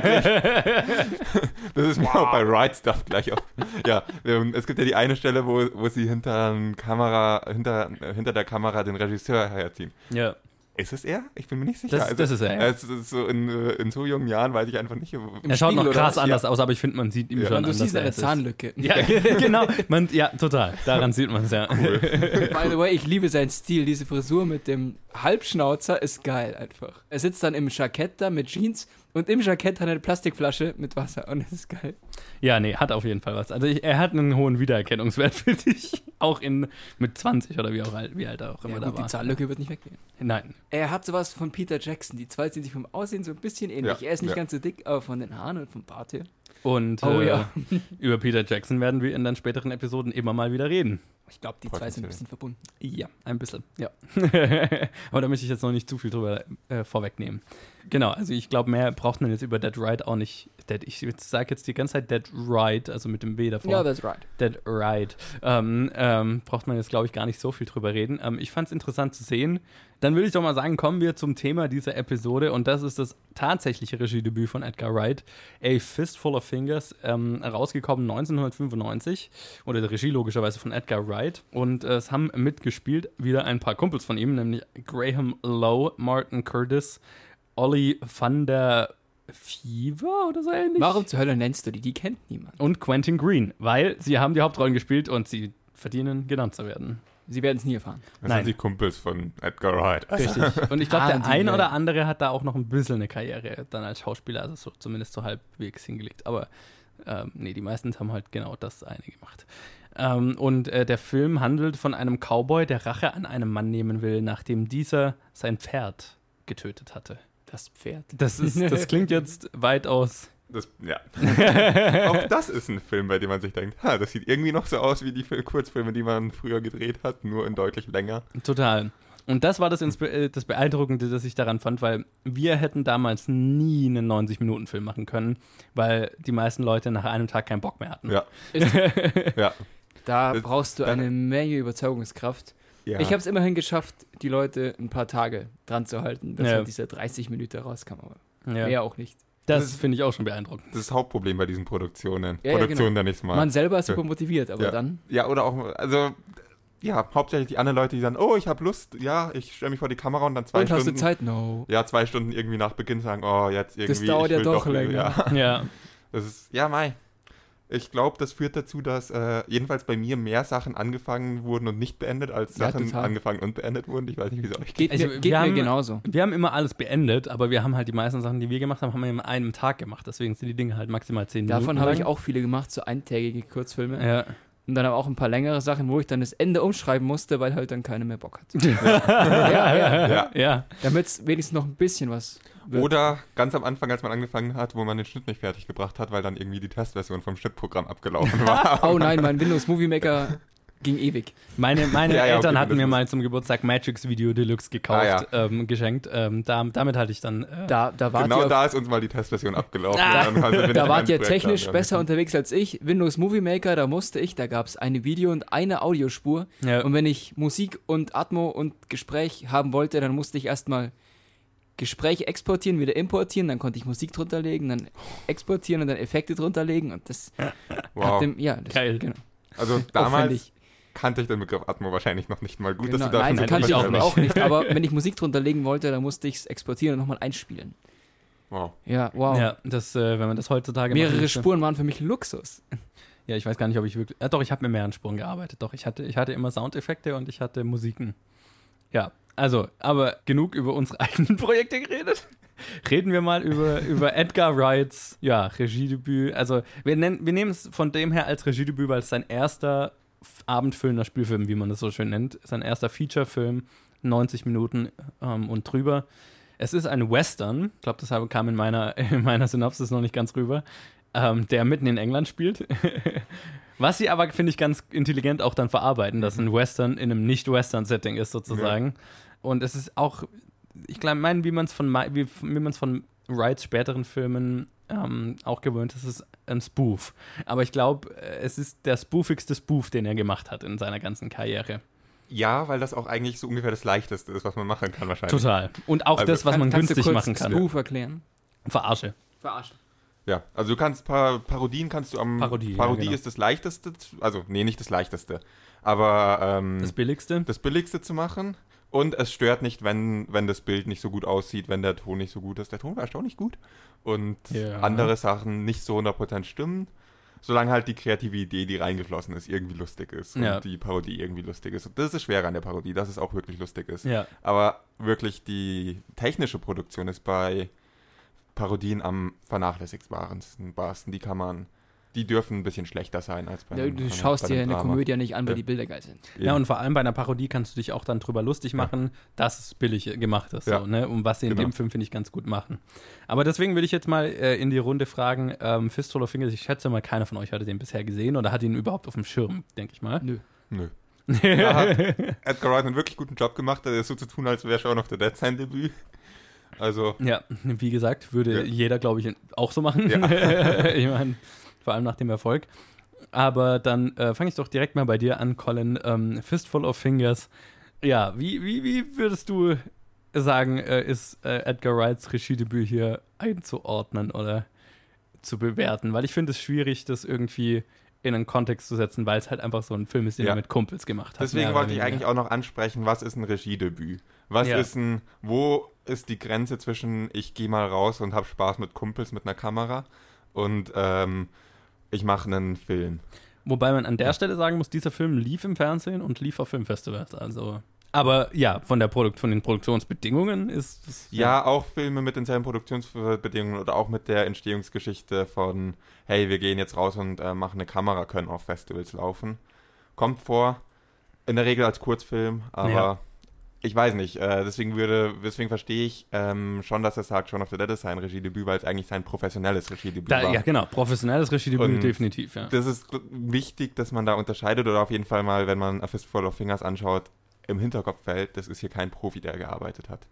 Speaker 3: Das ist mir auch bei Right Stuff gleich auf. ja, ähm, es gibt ja die eine Stelle, wo, wo sie hinter, Kamera, hinter, äh, hinter der Kamera den Regisseur herziehen.
Speaker 2: Ja.
Speaker 3: Ist es er? Ich bin mir nicht sicher. Also,
Speaker 2: Das- das ist er, ja.
Speaker 3: Es ist so in, äh, in so jungen Jahren weiß ich einfach nicht. wo-
Speaker 2: Er schaut
Speaker 4: Spiegel
Speaker 2: noch
Speaker 4: oder
Speaker 2: krass
Speaker 4: was?
Speaker 2: anders aus, aber ich finde, man sieht ihm
Speaker 3: Ja.
Speaker 2: schon
Speaker 4: Und du
Speaker 2: anders
Speaker 4: siehst eine
Speaker 2: es ist.
Speaker 4: Zahnlücke.
Speaker 2: Ja, ge- genau. Man, ja, total. Daran sieht man es ja.
Speaker 4: By the way, ich liebe seinen Stil. Diese Frisur mit dem Halbschnauzer ist geil einfach. Er sitzt dann im Jackett da mit Jeans und im Jackett hat er eine Plastikflasche mit Wasser und das ist geil.
Speaker 2: Ja, nee, hat auf jeden Fall was. Also ich, er hat einen hohen Wiedererkennungswert für dich. Auch in mit 20 oder wie, auch, alt- wie alt er auch immer
Speaker 4: Ja,
Speaker 2: da
Speaker 4: gut, die
Speaker 2: war.
Speaker 4: Zahnlücke wird nicht weggehen.
Speaker 2: Nein.
Speaker 4: Er hat sowas von Peter Jackson. Die zwei sind sich vom Aussehen so ein bisschen ähnlich.
Speaker 3: Ja,
Speaker 4: er ist nicht
Speaker 3: ja.
Speaker 4: ganz so dick, aber von den Haaren und vom Bart her.
Speaker 2: Und
Speaker 4: Oh,
Speaker 2: äh,
Speaker 4: ja.
Speaker 2: über Peter Jackson werden wir in dann späteren Episoden immer mal wieder reden.
Speaker 4: Ich glaube, die
Speaker 3: Freut
Speaker 4: zwei
Speaker 3: mich
Speaker 4: sind ein
Speaker 3: sehr.
Speaker 4: bisschen verbunden.
Speaker 2: Ja, ein bisschen. Ja. Aber da möchte ich jetzt noch nicht zu viel drüber äh, vorwegnehmen. Genau, also ich glaube, mehr braucht man jetzt über Dead Right auch nicht. Dead, ich sage jetzt die ganze Zeit Dead Right, also mit dem B davor.
Speaker 4: Ja, that's right.
Speaker 2: Dead Right. Ähm, ähm, braucht man jetzt, glaube ich, gar nicht so viel drüber reden. Ähm, ich fand es interessant zu sehen. Dann würde ich doch mal sagen, kommen wir zum Thema dieser Episode und das ist das tatsächliche Regiedebüt von Edgar Wright, A Fistful of Fingers, ähm, rausgekommen 1995 oder der Regie logischerweise von Edgar Wright und äh, es haben mitgespielt wieder ein paar Kumpels von ihm, nämlich Graham Lowe, Martin Curtis, Olli van der Fever oder so ähnlich
Speaker 4: Warum zur Hölle nennst du die? Die kennt niemand.
Speaker 2: und Quentin Green, weil sie haben die Hauptrollen gespielt und sie verdienen, genannt zu werden.
Speaker 4: Sie werden es nie erfahren.
Speaker 3: Das
Speaker 2: Nein.
Speaker 3: sind die Kumpels von Edgar Wright.
Speaker 2: Richtig. Und ich glaube,
Speaker 4: Ah,
Speaker 2: der
Speaker 4: die,
Speaker 2: ein
Speaker 4: ja.
Speaker 2: oder andere hat da auch noch ein bisschen eine Karriere dann als Schauspieler, also so, zumindest so halbwegs hingelegt. Aber ähm, nee, die meisten haben halt genau das eine gemacht. Ähm, und äh, der Film handelt von einem Cowboy, der Rache an einem Mann nehmen will, nachdem dieser sein Pferd getötet hatte.
Speaker 4: Das Pferd.
Speaker 2: Das, ist, das klingt jetzt weitaus.
Speaker 3: Das, ja. Auch das ist ein Film, bei dem man sich denkt, ha, das sieht irgendwie noch so aus wie die Fil- Kurzfilme, die man früher gedreht hat, nur in deutlich länger.
Speaker 2: Total. Und das war das, Inspe äh, das Beeindruckende, das ich daran fand, weil wir hätten damals nie einen 90-Minuten-Film machen können, weil die meisten Leute nach einem Tag keinen Bock mehr hatten.
Speaker 3: Ja. Ja.
Speaker 4: Da
Speaker 3: Das-
Speaker 4: brauchst du
Speaker 3: da-
Speaker 4: eine Menge Überzeugungskraft.
Speaker 3: ja.
Speaker 4: Ich habe es immerhin geschafft, die Leute ein paar Tage dran zu halten, bis
Speaker 2: Ja.
Speaker 4: halt diese 30 Minuten rauskam. Aber
Speaker 2: Ja.
Speaker 4: mehr auch nicht.
Speaker 2: Das finde ich auch schon beeindruckend.
Speaker 3: das ist das Hauptproblem bei diesen Produktionen.
Speaker 4: Ja, ja,
Speaker 3: Produktionen, ja, nicht mal.
Speaker 4: Man selber ist
Speaker 3: Ja.
Speaker 4: super motiviert, aber
Speaker 3: Ja.
Speaker 4: dann.
Speaker 3: Ja, oder auch, also, ja, hauptsächlich die anderen Leute, die sagen, oh, ich habe Lust, ja, ich stelle mich vor die Kamera und dann zwei
Speaker 4: und hast
Speaker 3: Stunden.
Speaker 4: du Zeit? No.
Speaker 3: Ja, zwei Stunden irgendwie nach Beginn sagen, oh, jetzt irgendwie.
Speaker 4: dauert
Speaker 3: ich
Speaker 4: ja
Speaker 3: will
Speaker 4: doch länger.
Speaker 3: Ja,
Speaker 2: Ja.
Speaker 3: das ist, ja, Mai. Ich glaube, das führt dazu, dass äh, jedenfalls bei mir mehr Sachen angefangen wurden und nicht beendet, als
Speaker 4: Ja,
Speaker 3: Sachen
Speaker 4: total.
Speaker 3: angefangen und beendet wurden. Ich weiß nicht, wie es euch geht.
Speaker 4: Geht,
Speaker 2: Also,
Speaker 4: mir,
Speaker 2: wir
Speaker 4: geht mir
Speaker 2: haben-
Speaker 4: genauso.
Speaker 2: Wir haben immer alles beendet, aber wir haben halt die meisten Sachen, die wir gemacht haben, haben wir in einem Tag gemacht. Deswegen sind die Dinge halt maximal zehn Minuten.
Speaker 4: Davon habe ich
Speaker 2: lang.
Speaker 4: auch viele gemacht, so eintägige Kurzfilme.
Speaker 2: Ja.
Speaker 4: Und dann aber auch ein paar längere Sachen, wo ich dann das Ende umschreiben musste, weil halt dann keiner mehr Bock hat. ja, ja.
Speaker 3: Ja.
Speaker 2: ja.
Speaker 4: Damit es wenigstens noch ein bisschen was wird.
Speaker 3: Oder ganz am Anfang, als man angefangen hat, wo man den Schnitt nicht fertig gebracht hat, weil dann irgendwie die Testversion vom Schnittprogramm abgelaufen war.
Speaker 4: Oh nein, mein Windows Movie Maker ging ewig.
Speaker 2: Meine, meine
Speaker 3: Ja, ja,
Speaker 2: Eltern
Speaker 3: okay,
Speaker 2: hatten
Speaker 3: das
Speaker 2: mir
Speaker 3: ist-
Speaker 2: mal zum Geburtstag Magix Video Deluxe gekauft,
Speaker 3: Ah,
Speaker 2: ähm, geschenkt. Ähm, da, damit hatte ich dann. Äh,
Speaker 4: Da, da wart
Speaker 3: genau
Speaker 4: ihr,
Speaker 3: da ist uns mal die Testversion abgelaufen.
Speaker 2: Ah.
Speaker 3: Dann, also bin ich
Speaker 4: da
Speaker 3: an
Speaker 4: wart
Speaker 3: meinem
Speaker 4: ihr
Speaker 3: Projekt
Speaker 4: technisch
Speaker 3: dran.
Speaker 4: besser unterwegs als ich. Windows Movie Maker, da musste ich, da gab es eine Video- und eine Audiospur.
Speaker 2: ja.
Speaker 4: Und wenn ich Musik und Atmo und Gespräch haben wollte, dann musste ich erstmal Gespräch exportieren, wieder importieren, dann konnte ich Musik drunter legen, dann exportieren und dann Effekte drunter legen und das hat
Speaker 3: Wow.
Speaker 4: dem, ja, das
Speaker 2: Geil.
Speaker 4: Genau,
Speaker 3: Also damals
Speaker 4: aufwendig.
Speaker 3: kannte ich den Begriff Atmo wahrscheinlich noch nicht mal gut,
Speaker 4: genau.
Speaker 3: dass du da
Speaker 4: Nein,
Speaker 3: schon
Speaker 4: das
Speaker 3: so
Speaker 4: kann ich
Speaker 2: kannte ich
Speaker 4: auch
Speaker 3: viel
Speaker 4: nicht.
Speaker 2: nicht.
Speaker 3: hast.
Speaker 4: auch nicht, aber wenn ich Musik drunter legen wollte, dann musste ich es exportieren und nochmal einspielen.
Speaker 3: Wow.
Speaker 4: Ja, wow.
Speaker 2: ja, das, äh, wenn man das heutzutage machen
Speaker 4: Mehrere
Speaker 2: müsste-
Speaker 4: Spuren waren für mich Luxus.
Speaker 2: Ja, ich weiß gar nicht, ob ich wirklich. Ja, doch, ich habe mit mehreren Spuren gearbeitet. Doch, ich hatte, ich hatte immer Soundeffekte und ich hatte Musiken. Ja, also, aber genug über unsere eigenen Projekte geredet. Reden wir mal über, über Edgar Wrights ja, Regiedebüt. Also, wir, nennen, wir nehmen es von dem her als Regiedebüt, weil es sein erster f- abendfüllender Spielfilm, wie man das so schön nennt, sein erster Featurefilm, 90 Minuten ähm, und drüber. Es ist ein Western, ich glaube, das kam in meiner, in meiner Synopsis noch nicht ganz rüber, ähm, der mitten in England spielt. Was sie aber, finde ich, ganz intelligent auch dann verarbeiten, dass ein Western in einem Nicht-Western-Setting ist, sozusagen. Und es ist auch, ich glaub, meine, wie man es von, Ma- wie, wie man's von Wrights späteren Filmen ähm, auch gewöhnt ist, es ist ein Spoof. Aber ich glaube, es ist der spoofigste Spoof, den er gemacht hat in seiner ganzen Karriere.
Speaker 3: Ja, weil das auch eigentlich so ungefähr das Leichteste ist, was man machen kann wahrscheinlich.
Speaker 2: Total. Und auch
Speaker 3: Also-
Speaker 2: das, was man
Speaker 4: Kannst du
Speaker 2: günstig
Speaker 4: kurz
Speaker 2: machen kann. Uh,
Speaker 4: Spoof erklären?
Speaker 2: Verarsche.
Speaker 4: Verarscht.
Speaker 3: Ja, also du kannst paar Parodien kannst du am
Speaker 2: Parodie, ja, genau.
Speaker 3: ist das leichteste, zu- also nee, nicht das leichteste, aber ähm,
Speaker 2: Das
Speaker 3: das,
Speaker 2: Billigste.
Speaker 3: billigste zu machen und es stört nicht, wenn wenn das Bild nicht so gut aussieht, wenn der Ton nicht so gut ist. Der Ton war erstaunlich gut und
Speaker 2: Ja.
Speaker 3: andere Sachen nicht so 100% stimmen. Solange halt die kreative Idee, die reingeflossen ist, irgendwie lustig ist und
Speaker 2: Ja.
Speaker 3: die Parodie irgendwie lustig ist. Und das ist schwer an der Parodie, dass es auch wirklich lustig ist.
Speaker 2: Ja.
Speaker 3: Aber wirklich die technische Produktion ist bei Parodien am vernachlässigbarsten. barsten. Die kann man, die dürfen ein bisschen schlechter sein als bei
Speaker 4: Du,
Speaker 3: einem-
Speaker 4: du
Speaker 3: bei
Speaker 4: schaust
Speaker 3: einem
Speaker 4: dir eine
Speaker 3: Drama.
Speaker 4: Komödie nicht an, weil
Speaker 3: Ja.
Speaker 4: die Bilder geil sind.
Speaker 3: Eben.
Speaker 2: Ja, und vor allem bei einer Parodie kannst du dich auch dann drüber lustig machen, dass es billig gemacht ist.
Speaker 3: Ja.
Speaker 2: So, ne? Und was sie in
Speaker 3: Genau.
Speaker 2: dem Film, finde ich, ganz gut machen. Aber deswegen würde ich jetzt mal äh, in die Runde fragen: ähm, Fistful of Fingers, ich schätze mal, keiner von euch hatte den bisher gesehen oder hat ihn überhaupt auf dem Schirm, denke ich mal.
Speaker 4: Nö.
Speaker 3: Nö. Da hat Edgar Wright einen wirklich guten Job gemacht, das so zu tun, als wäre Shaun of the Dead sein Debüt. Also,
Speaker 2: Ja, wie gesagt, würde
Speaker 3: Ja.
Speaker 2: jeder, glaube ich, auch so machen. ich meine, vor allem nach dem Erfolg. Aber dann äh, fange ich doch direkt mal bei dir an, Colin. Ähm, Fistful of Fingers. Ja, wie, wie, wie würdest du sagen, äh, ist äh, Edgar Wrights Regiedebüt hier einzuordnen oder zu bewerten? Weil ich finde es schwierig, das irgendwie in einen Kontext zu setzen, weil es halt einfach so ein Film ist, den
Speaker 3: Ja.
Speaker 2: er mit Kumpels gemacht hat.
Speaker 3: deswegen
Speaker 2: mehr
Speaker 3: wollte ich
Speaker 2: oder
Speaker 3: eigentlich
Speaker 2: weniger.
Speaker 3: auch noch ansprechen, was ist ein Regiedebüt? Was
Speaker 2: Ja.
Speaker 3: ist ein, wo ist die Grenze zwischen ich gehe mal raus und habe Spaß mit Kumpels mit einer Kamera und ähm, ich mache einen Film?
Speaker 2: Wobei man an der Stelle sagen muss, dieser Film lief im Fernsehen und lief auf Filmfestivals. Also, aber ja, von der Produkt, von den Produktionsbedingungen ist es
Speaker 3: Ja, auch Filme mit denselben Produktionsbedingungen oder auch mit der Entstehungsgeschichte von, hey, wir gehen jetzt raus und äh, machen eine Kamera, können auf Festivals laufen. Kommt vor, in der Regel als Kurzfilm, aber
Speaker 2: Ja.
Speaker 3: ich weiß nicht. Äh, deswegen würde, deswegen verstehe ich ähm, schon, dass er sagt, Shaun of the Dead ist sein Regiedebüt, weil es eigentlich sein professionelles Regiedebüt
Speaker 2: Da,
Speaker 3: war.
Speaker 2: ja, genau. Professionelles Regiedebüt
Speaker 3: Und-
Speaker 2: definitiv. Ja.
Speaker 3: Das ist gl- wichtig, dass man da unterscheidet oder auf jeden Fall mal, wenn man A Fistful of Fingers anschaut, im Hinterkopf behält, das ist hier kein Profi, der gearbeitet hat.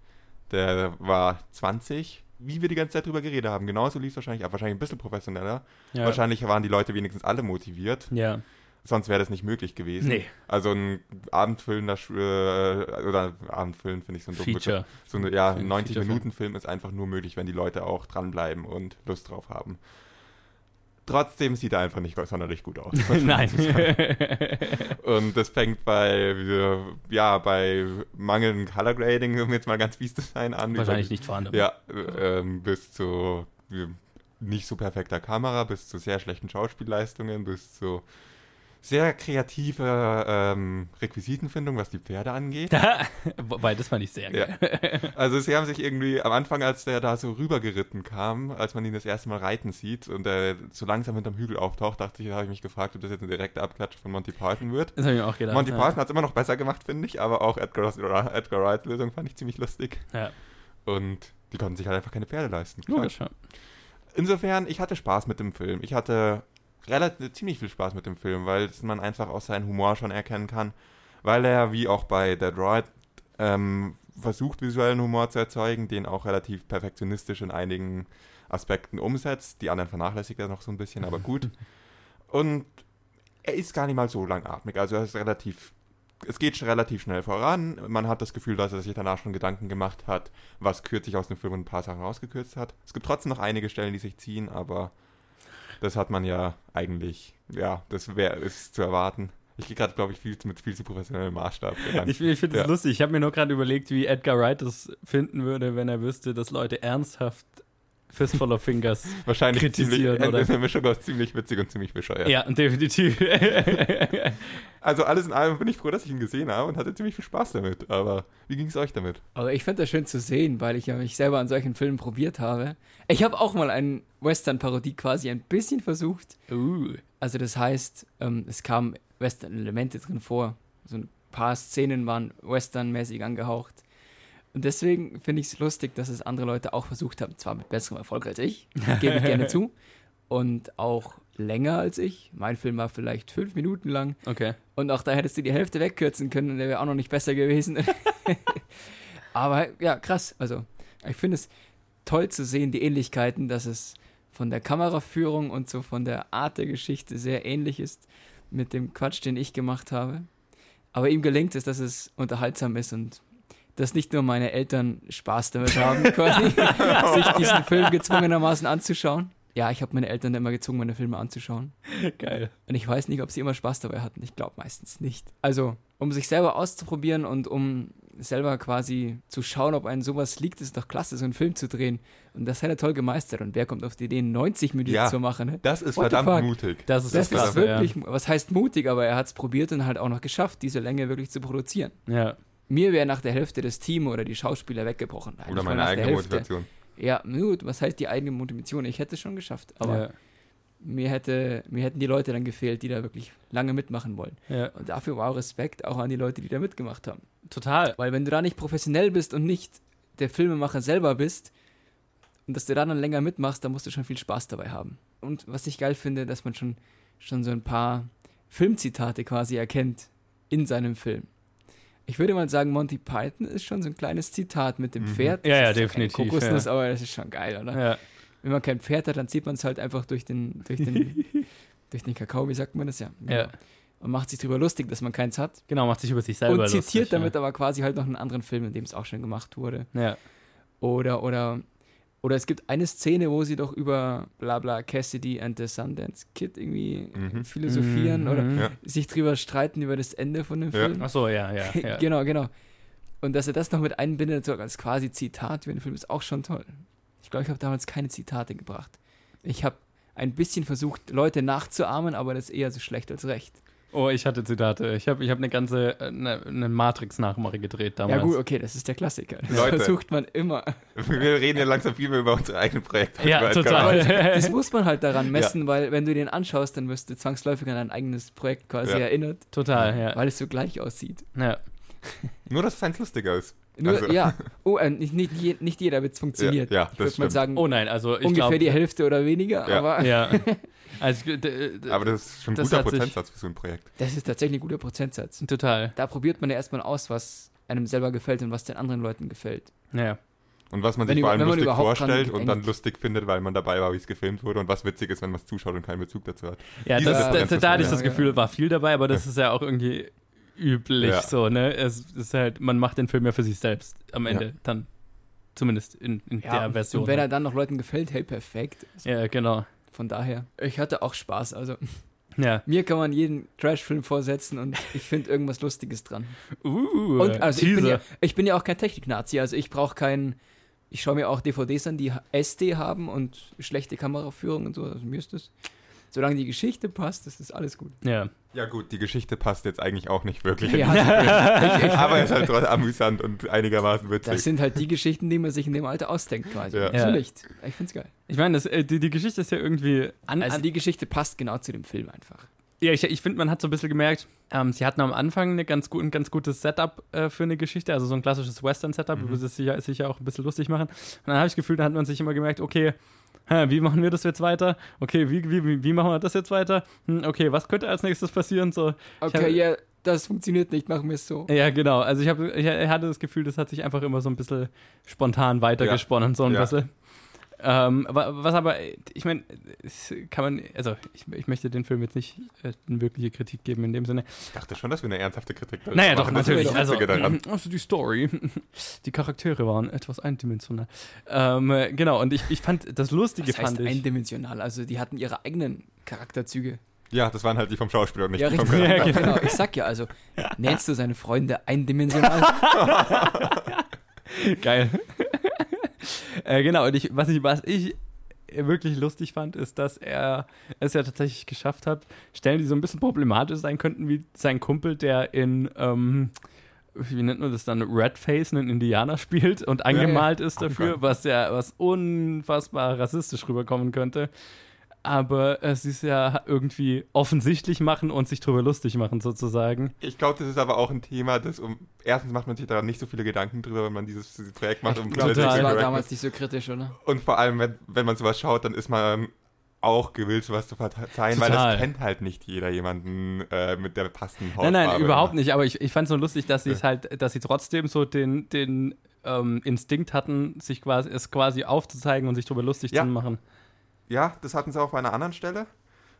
Speaker 3: Der war 20, wie wir die ganze Zeit drüber geredet haben. Genauso lief es wahrscheinlich ab, wahrscheinlich ein bisschen professioneller.
Speaker 2: Ja.
Speaker 3: Wahrscheinlich waren die Leute wenigstens alle motiviert,
Speaker 2: Ja.
Speaker 3: sonst wäre das nicht möglich gewesen.
Speaker 2: Nee.
Speaker 3: Also ein abendfüllender, Sch- äh, oder abendfüllend finde ich so ein dummes
Speaker 2: Feature.
Speaker 3: so eine, ja,
Speaker 2: Für
Speaker 3: ein
Speaker 2: einen
Speaker 3: 90-Minuten-Film ist einfach nur möglich, wenn die Leute auch dranbleiben und Lust drauf haben. Trotzdem sieht er einfach nicht sonderlich gut aus.
Speaker 2: Nein.
Speaker 3: Und das fängt bei, äh, ja, bei mangelndem Color Grading, um jetzt mal ganz fies zu sein, an.
Speaker 2: Wahrscheinlich nicht vorhanden.
Speaker 3: Ja, äh, ähm, bis zu äh, nicht so perfekter Kamera, bis zu sehr schlechten Schauspielleistungen, bis zu sehr kreativer ähm, Requisitenfindung, was die Pferde angeht.
Speaker 2: Wobei, das fand ich sehr geil.
Speaker 3: Ja. Also sie haben sich irgendwie am Anfang, als der da so rübergeritten kam, als man ihn das erste Mal reiten sieht und er so langsam hinterm Hügel auftaucht, dachte ich, da habe ich mich gefragt, ob das jetzt ein direkter Abklatsch von Monty Python wird.
Speaker 2: Das habe ich mir auch gedacht.
Speaker 3: Monty
Speaker 2: ja.
Speaker 3: Python hat es immer noch besser gemacht, finde ich, aber auch Edgar, Edgar Wrights Lösung fand ich ziemlich lustig.
Speaker 2: Ja,
Speaker 3: Und die konnten sich halt einfach keine Pferde leisten. Klar.
Speaker 2: logisch. Ja.
Speaker 3: Insofern, ich hatte Spaß mit dem Film. Ich hatte relativ ziemlich viel Spaß mit dem Film, weil das man einfach auch seinen Humor schon erkennen kann, weil er wie auch bei Dead Right ähm, versucht, visuellen Humor zu erzeugen, den auch relativ perfektionistisch in einigen Aspekten umsetzt. Die anderen vernachlässigt er noch so ein bisschen, aber gut. Und er ist gar nicht mal so langatmig. Also er ist relativ, es geht schon relativ schnell voran. Man hat das Gefühl, dass er sich danach schon Gedanken gemacht hat, was kürzlich aus dem Film und ein paar Sachen rausgekürzt hat. Es gibt trotzdem noch einige Stellen, die sich ziehen, aber das hat man ja eigentlich, ja, das wäre ist zu erwarten. Ich gehe gerade, glaube ich, viel, zu- mit viel zu professionellem Maßstab. ran.
Speaker 2: Ich, ich finde das
Speaker 3: Ja.
Speaker 2: lustig. Ich habe mir nur gerade überlegt, wie Edgar Wright das finden würde, wenn er wüsste, dass Leute ernsthaft Fistful of Fingers.
Speaker 3: Wahrscheinlich
Speaker 2: kritisieren,
Speaker 3: ziemlich,
Speaker 2: oder?
Speaker 3: eine Mischung aus ziemlich witzig und ziemlich bescheuert.
Speaker 2: ja, definitiv.
Speaker 3: Also alles in allem bin ich froh, dass ich ihn gesehen habe und hatte ziemlich viel Spaß damit. Aber wie ging es euch damit?
Speaker 4: Aber ich finde das schön zu sehen, weil ich ja mich selber an solchen Filmen probiert habe. Ich habe auch mal einen Western-Parodie quasi ein bisschen versucht.
Speaker 2: uh,
Speaker 4: Also das heißt, ähm, es kamen Western-Elemente drin vor. So ein paar Szenen waren Western-mäßig angehaucht. Und deswegen finde ich es lustig, dass es andere Leute auch versucht haben. Zwar mit besserem Erfolg als ich, gebe ich gerne zu. Und auch länger als ich. Mein Film war vielleicht fünf Minuten lang.
Speaker 2: okay.
Speaker 4: Und auch da hättest du die Hälfte wegkürzen können und der wäre auch noch nicht besser gewesen. Aber ja, krass. Also, ich finde es toll zu sehen, die Ähnlichkeiten, dass es von der Kameraführung und so von der Art der Geschichte sehr ähnlich ist mit dem Quatsch, den ich gemacht habe. Aber ihm gelingt es, dass es unterhaltsam ist und dass nicht nur meine Eltern Spaß damit haben, quasi, sich diesen Film gezwungenermaßen anzuschauen. Ja, ich habe meine Eltern immer gezwungen, meine Filme anzuschauen.
Speaker 2: Geil.
Speaker 4: Und ich weiß nicht, ob sie immer Spaß dabei hatten. Ich glaube meistens nicht. Also, um sich selber auszuprobieren und um selber quasi zu schauen, ob einem sowas liegt, ist doch klasse, so einen Film zu drehen. Und das hat er toll gemeistert. Und wer kommt auf die Idee, 90 Minuten
Speaker 3: Ja.
Speaker 4: zu machen? Ne?
Speaker 3: Das ist
Speaker 4: What the fuck?
Speaker 3: verdammt mutig.
Speaker 2: Das ist
Speaker 4: Das,
Speaker 2: das,
Speaker 4: ist
Speaker 2: Krasse,
Speaker 4: wirklich, was heißt mutig, aber er hat es probiert und halt auch noch geschafft, diese Länge wirklich zu produzieren.
Speaker 2: Ja. ja.
Speaker 4: Mir wäre nach der Hälfte das Team oder die Schauspieler weggebrochen. Nein,
Speaker 3: Oder
Speaker 4: nicht mal
Speaker 3: meine
Speaker 4: nach der
Speaker 3: eigene
Speaker 4: Hälfte.
Speaker 3: Motivation.
Speaker 4: Ja, gut, was heißt die eigene Motivation? Ich hätte es schon geschafft, aber mir, hätte, mir hätten die Leute dann gefehlt, die da wirklich lange mitmachen wollen.
Speaker 2: ja. ja.
Speaker 4: Und dafür wow Respekt auch an die Leute, die da mitgemacht haben.
Speaker 2: Total.
Speaker 4: Weil wenn du da nicht professionell bist und nicht der Filmemacher selber bist und dass du da dann länger mitmachst, dann musst du schon viel Spaß dabei haben. Und was ich geil finde, dass man schon, schon so ein paar Filmzitate quasi erkennt in seinem Film. Ich würde mal sagen, Monty Python ist schon so ein kleines Zitat mit dem
Speaker 3: Mhm.
Speaker 4: Pferd.
Speaker 2: Ja, ja,
Speaker 4: Das ist zwar keine
Speaker 2: definitiv,
Speaker 4: Kokosnuss,
Speaker 2: ja.
Speaker 4: aber das ist schon geil, oder?
Speaker 2: Ja.
Speaker 4: Wenn man kein Pferd hat, dann zieht man es halt einfach durch den, durch den, durch den Kakao, wie sagt man das ja?
Speaker 2: ja.
Speaker 4: Und macht sich drüber lustig, dass man keins hat
Speaker 2: Genau, macht sich über sich selber
Speaker 4: und zitiert
Speaker 2: lustig,
Speaker 4: damit aber quasi halt noch einen anderen Film, in dem es auch schon gemacht wurde.
Speaker 2: Ja. ja.
Speaker 4: Oder, oder, oder es gibt eine Szene, wo sie doch über Blabla Cassidy and the Sundance Kid irgendwie
Speaker 3: Mhm.
Speaker 4: philosophieren oder
Speaker 2: Mhm.
Speaker 3: Ja.
Speaker 4: sich drüber streiten über das Ende von dem
Speaker 3: Ja.
Speaker 4: Film.
Speaker 2: Ach so, ja, ja. ja.
Speaker 4: genau, genau. Und dass er das noch mit einbindet, so als quasi Zitat für den Film, ist auch schon toll. Ich glaube, ich habe damals keine Zitate gebracht. Ich habe ein bisschen versucht, Leute nachzuahmen, aber das ist eher so schlecht als recht.
Speaker 2: Oh, ich hatte Zitate. Ich habe ich hab eine ganze eine, eine Matrix-Nachmache gedreht damals.
Speaker 4: Ja gut, okay, das ist der Klassiker. Das
Speaker 3: Leute.
Speaker 4: versucht man immer.
Speaker 3: Wir reden ja langsam viel mehr über unsere eigenen Projekte. als über
Speaker 2: Ja,
Speaker 3: Edgar Wright.
Speaker 2: total.
Speaker 4: Das muss man halt daran messen, weil wenn du den anschaust, dann wirst du zwangsläufig an dein eigenes Projekt quasi
Speaker 3: Ja.
Speaker 4: erinnert,
Speaker 2: total, ja.
Speaker 4: weil es so gleich aussieht.
Speaker 2: ja.
Speaker 3: Nur, dass es eins lustiger ist.
Speaker 4: Nur,
Speaker 3: Also-
Speaker 4: ja, oh, äh, nicht, nicht, je- nicht jeder wird es funktioniert.
Speaker 3: Ja, ja,
Speaker 4: ich
Speaker 3: das
Speaker 4: würde mal
Speaker 3: stimmt.
Speaker 4: sagen,
Speaker 2: Oh nein, also ich
Speaker 4: ungefähr
Speaker 2: glaube.
Speaker 4: die Hälfte oder weniger,
Speaker 3: Ja.
Speaker 4: aber
Speaker 2: Ja. Also, ich- d- d-
Speaker 3: Aber das ist schon ein
Speaker 2: Das
Speaker 3: guter
Speaker 2: hat sich-
Speaker 3: Prozentsatz für so ein Projekt.
Speaker 4: Das ist tatsächlich ein guter Prozentsatz.
Speaker 2: total.
Speaker 4: Da probiert man ja erstmal aus, was einem selber gefällt und was den anderen Leuten gefällt.
Speaker 2: Ja.
Speaker 3: Und was man
Speaker 4: Wenn
Speaker 3: sich
Speaker 4: über-
Speaker 3: vor allem
Speaker 4: wenn man
Speaker 3: lustig
Speaker 4: überhaupt dran
Speaker 3: vorstellt und dann
Speaker 4: denkt.
Speaker 3: lustig findet, weil man dabei war, wie es gefilmt wurde und was witzig ist, wenn man es zuschaut und keinen Bezug dazu hat.
Speaker 2: Ja,
Speaker 3: Diese
Speaker 2: das,
Speaker 4: Differenz
Speaker 2: da,
Speaker 3: ist
Speaker 2: da hatte ich
Speaker 4: ja,
Speaker 2: das
Speaker 4: ja.
Speaker 2: Gefühl, war viel dabei, aber das ist ja auch irgendwie üblich
Speaker 3: Ja.
Speaker 2: so, ne? Es ist halt, man macht den Film ja für sich selbst am
Speaker 3: Ja.
Speaker 2: Ende dann. Zumindest in, in der
Speaker 4: und-
Speaker 2: Version. ne?
Speaker 4: Und wenn er dann noch Leuten gefällt, hey, perfekt.
Speaker 2: ja, genau.
Speaker 4: Von daher, ich hatte auch Spaß. Also,
Speaker 2: Ja.
Speaker 4: mir kann man jeden Trash-Film vorsetzen und ich finde irgendwas Lustiges dran.
Speaker 2: Uh,
Speaker 4: Und also ich bin,
Speaker 2: Teaser.
Speaker 4: ja, ich bin ja auch kein Technik-Nazi, also ich brauche keinen. Ich schaue mir auch DVDs an, die SD haben und schlechte Kameraführung und so. Also mir ist das. Solange die Geschichte passt, ist das alles gut.
Speaker 2: ja.
Speaker 3: Ja gut, die Geschichte passt jetzt eigentlich auch nicht wirklich.
Speaker 4: Ja, ich, ich,
Speaker 3: Aber es ist halt trotzdem amüsant und einigermaßen
Speaker 4: das
Speaker 3: witzig.
Speaker 4: sind halt die Geschichten, die man sich in dem Alter ausdenkt quasi.
Speaker 3: Ja.
Speaker 4: Ja.
Speaker 2: Ja.
Speaker 4: Nicht. Ich find's geil.
Speaker 2: Ich meine, das, äh, die, die Geschichte ist ja irgendwie an,
Speaker 4: Also
Speaker 2: an,
Speaker 4: die Geschichte passt genau zu dem Film einfach.
Speaker 2: Ja, ich, ich finde, man hat so ein bisschen gemerkt, ähm, sie hatten am Anfang eine ganz gut, ein ganz gutes Setup äh, für eine Geschichte, also so ein klassisches Western-Setup,
Speaker 3: Mhm.
Speaker 2: über das sie ja- sich ja auch ein bisschen lustig machen. Und dann habe ich gefühlt, da hat man sich immer gemerkt, okay, hä, wie machen wir das jetzt weiter? Okay, wie, wie, wie- wie machen wir das jetzt weiter? Hm, okay, was könnte als nächstes passieren? So,
Speaker 4: Okay,
Speaker 2: hab-
Speaker 4: ja, das funktioniert nicht, machen wir es so.
Speaker 2: ja, genau. Also ich, hab, ich hatte das Gefühl, das hat sich einfach immer so ein bisschen spontan weitergesponnen, so ein
Speaker 3: Ja.
Speaker 2: bisschen. Ähm, wa- was aber, äh, ich meine, es kann man, also ich, ich möchte den Film jetzt nicht äh, eine wirkliche Kritik geben in dem Sinne.
Speaker 3: Ich dachte schon, dass wir eine ernsthafte Kritik dazu
Speaker 2: Naja, doch,
Speaker 3: machen. Das ist
Speaker 2: natürlich.
Speaker 3: das
Speaker 2: Also,
Speaker 3: Witzige daran.
Speaker 2: also die Story. Die Charaktere waren etwas eindimensional. Ähm, äh, genau, und ich, ich fand das Lustige
Speaker 4: Das heißt
Speaker 2: fand ich.
Speaker 4: eindimensional, also die hatten ihre eigenen Charakterzüge.
Speaker 3: Ja, das waren halt die vom Schauspieler und nicht
Speaker 4: Ja,
Speaker 3: die vom
Speaker 4: richtig.
Speaker 3: Charakter.
Speaker 2: Ja, genau.
Speaker 4: Genau, ich sag ja, also nennst du seine Freunde eindimensional?
Speaker 2: Geil. äh, genau, und ich, was ich, was ich wirklich lustig fand, ist, dass er es ja tatsächlich geschafft hat, Stellen, die so ein bisschen problematisch sein könnten, wie sein Kumpel, der in, ähm, wie nennt man das dann, Redface, einen Indianer spielt und angemalt ist dafür,
Speaker 3: Angemalt.
Speaker 2: was ja, was unfassbar rassistisch rüberkommen könnte. Aber äh, sie es ja irgendwie offensichtlich machen und sich drüber lustig machen, sozusagen.
Speaker 3: Ich glaube, das ist aber auch ein Thema, das um. Erstens macht man sich daran nicht so viele Gedanken drüber, wenn man dieses, dieses Projekt macht. Und,
Speaker 2: glaub,
Speaker 4: das
Speaker 2: Total.
Speaker 4: war damals nicht so kritisch, oder?
Speaker 3: und vor allem, wenn, wenn man sowas schaut, dann ist man auch gewillt, sowas zu verzeihen, weil
Speaker 2: Total.
Speaker 3: das kennt halt nicht jeder jemanden äh, mit der passenden Hautfarbe.
Speaker 2: Nein, nein, überhaupt nicht. Aber ich, ich fand es nur lustig, dass sie es halt, dass sie trotzdem so den, den ähm, Instinkt hatten, sich quasi, es quasi aufzuzeigen und sich darüber lustig
Speaker 3: Ja.
Speaker 2: zu machen.
Speaker 3: Ja, das hatten sie auch bei einer anderen Stelle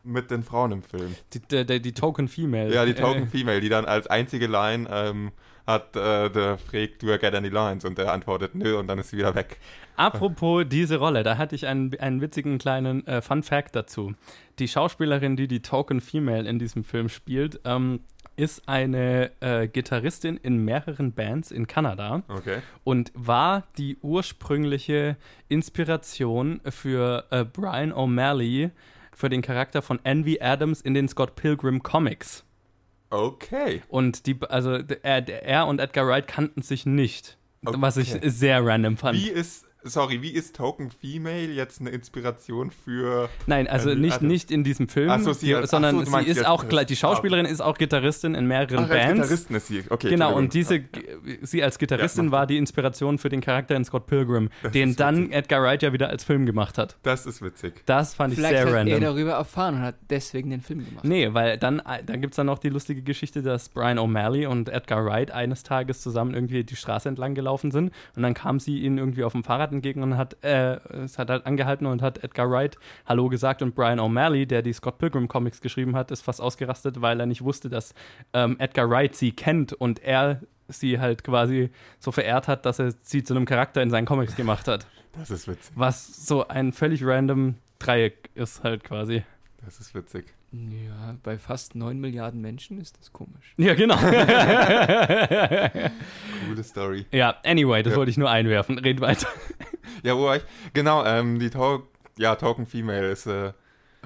Speaker 3: mit den Frauen im Film.
Speaker 2: Die, die, die, die Token Female.
Speaker 3: Ja, die
Speaker 2: Äh,
Speaker 3: Token Female, die dann als einzige Line ähm, hat, äh, der fragt, do I get any lines? Und der antwortet, nö, und dann ist sie wieder weg.
Speaker 2: äh, Apropos diese Rolle, da hatte ich einen, einen witzigen kleinen äh, Fun Fact dazu. Die Schauspielerin, die die Token Female in diesem Film spielt, ähm, ist eine äh, Gitarristin in mehreren Bands in Kanada.
Speaker 3: Okay.
Speaker 2: und war die ursprüngliche Inspiration für äh, Brian O'Malley für den Charakter von Envy Adams in den Scott Pilgrim Comics.
Speaker 3: Okay.
Speaker 2: Und die, also d- er, er und Edgar Wright kannten sich nicht. Was ich
Speaker 3: Okay.
Speaker 2: sehr random fand.
Speaker 3: Wie ist, sorry, wie ist Token Female jetzt eine Inspiration für.
Speaker 2: Nein, also
Speaker 3: Envy
Speaker 2: nicht,
Speaker 3: Adams.
Speaker 2: nicht in diesem Film,
Speaker 3: Ach so, sie-
Speaker 2: die-
Speaker 3: ach so,
Speaker 2: sondern
Speaker 3: du meinst
Speaker 2: sie ist
Speaker 3: jetzt
Speaker 2: auch, gla- die
Speaker 3: Gitarrist-
Speaker 2: Schauspielerin ist auch Gitarristin in mehreren
Speaker 3: Ach, als
Speaker 2: Bands.
Speaker 3: Gitarristin ist sie. Okay,
Speaker 2: Genau,
Speaker 3: Entschuldigung.
Speaker 2: und diese, sie als Gitarristin
Speaker 3: macht
Speaker 2: war die Inspiration für den Charakter in Scott Pilgrim, den
Speaker 3: ist
Speaker 2: dann Edgar Wright ja wieder als Film gemacht hat.
Speaker 3: Das ist witzig.
Speaker 2: Das fand ich
Speaker 4: Vielleicht
Speaker 2: sehr
Speaker 4: hat er
Speaker 2: random.
Speaker 4: darüber erfahren und hat deswegen den Film gemacht.
Speaker 2: Nee, weil dann, äh, dann gibt es dann noch die lustige Geschichte, dass Brian O'Malley und Edgar Wright eines Tages zusammen irgendwie die Straße entlang gelaufen sind und dann kam sie ihnen irgendwie auf dem Fahrrad entgegen und hat, äh, es hat halt angehalten und hat Edgar Wright Hallo gesagt und Brian O'Malley, der die Scott Pilgrim Comics geschrieben hat, ist fast ausgerastet, weil er nicht wusste, dass ähm, Edgar Wright sie kennt und er sie halt quasi so verehrt hat, dass er sie zu einem Charakter in seinen Comics gemacht hat.
Speaker 3: Das ist witzig.
Speaker 2: Was so ein völlig random Dreieck ist halt quasi.
Speaker 3: Das ist witzig.
Speaker 4: Ja, bei fast 9 Milliarden Menschen ist das komisch.
Speaker 2: Ja, genau.
Speaker 3: Coole Story.
Speaker 2: ja, anyway, das
Speaker 3: Ja.
Speaker 2: wollte ich nur einwerfen. Red weiter.
Speaker 3: Ja, wo war ich? Genau, ähm, die Talk, ja, Token Female ist, äh,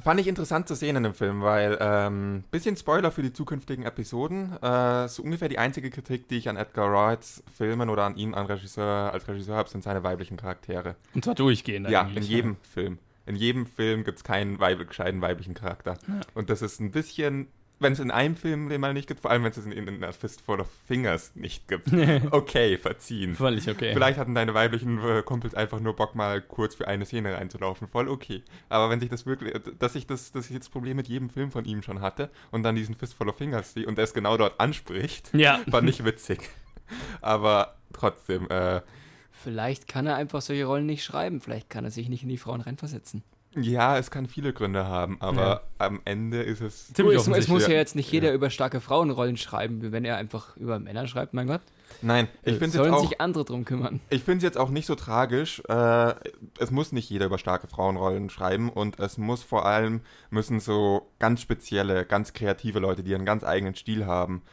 Speaker 3: fand ich interessant zu sehen in dem Film, weil, ähm, bisschen Spoiler für die zukünftigen Episoden, äh, so ungefähr die einzige Kritik, die ich an Edgar Wrights Filmen oder an ihm an Regisseur, als Regisseur habe, sind seine weiblichen Charaktere.
Speaker 2: Und zwar durchgehend
Speaker 3: ja, in
Speaker 2: eigentlich. ne?
Speaker 3: jedem Film. In jedem Film gibt es keinen weib gescheiten weiblichen Charakter. Und das ist ein bisschen wenn es in einem Film den mal nicht gibt, vor allem wenn es in, in A Fistful of Fingers nicht gibt. Okay, verziehen.
Speaker 2: Völlig okay.
Speaker 3: Vielleicht hatten deine weiblichen äh, Kumpels einfach nur Bock, mal kurz für eine Szene reinzulaufen. Voll okay. Aber wenn sich das wirklich, dass ich das, dass ich jetzt Problem mit jedem Film von ihm schon hatte und dann diesen Fistful of Fingers sehe und er es genau dort anspricht,
Speaker 2: Ja.
Speaker 3: war nicht witzig. Aber trotzdem, äh,
Speaker 4: Vielleicht kann er einfach solche Rollen nicht schreiben. Vielleicht kann er sich nicht in die Frauen reinversetzen.
Speaker 3: ja, es kann viele Gründe haben, aber am Ende ist es.
Speaker 2: Ziemlich
Speaker 4: es, es
Speaker 2: offensichtlich,
Speaker 4: muss ja
Speaker 3: ja.
Speaker 4: jetzt nicht jeder über starke Frauenrollen schreiben, wenn er einfach über Männer schreibt, mein Gott.
Speaker 3: Nein, ich finde es jetzt
Speaker 4: Sollen
Speaker 3: auch.
Speaker 4: sich andere drum kümmern.
Speaker 3: Ich finde es jetzt auch nicht so tragisch. Äh, es muss nicht jeder über starke Frauenrollen schreiben und es muss vor allem, müssen so ganz spezielle, ganz kreative Leute, die ihren ganz eigenen Stil haben,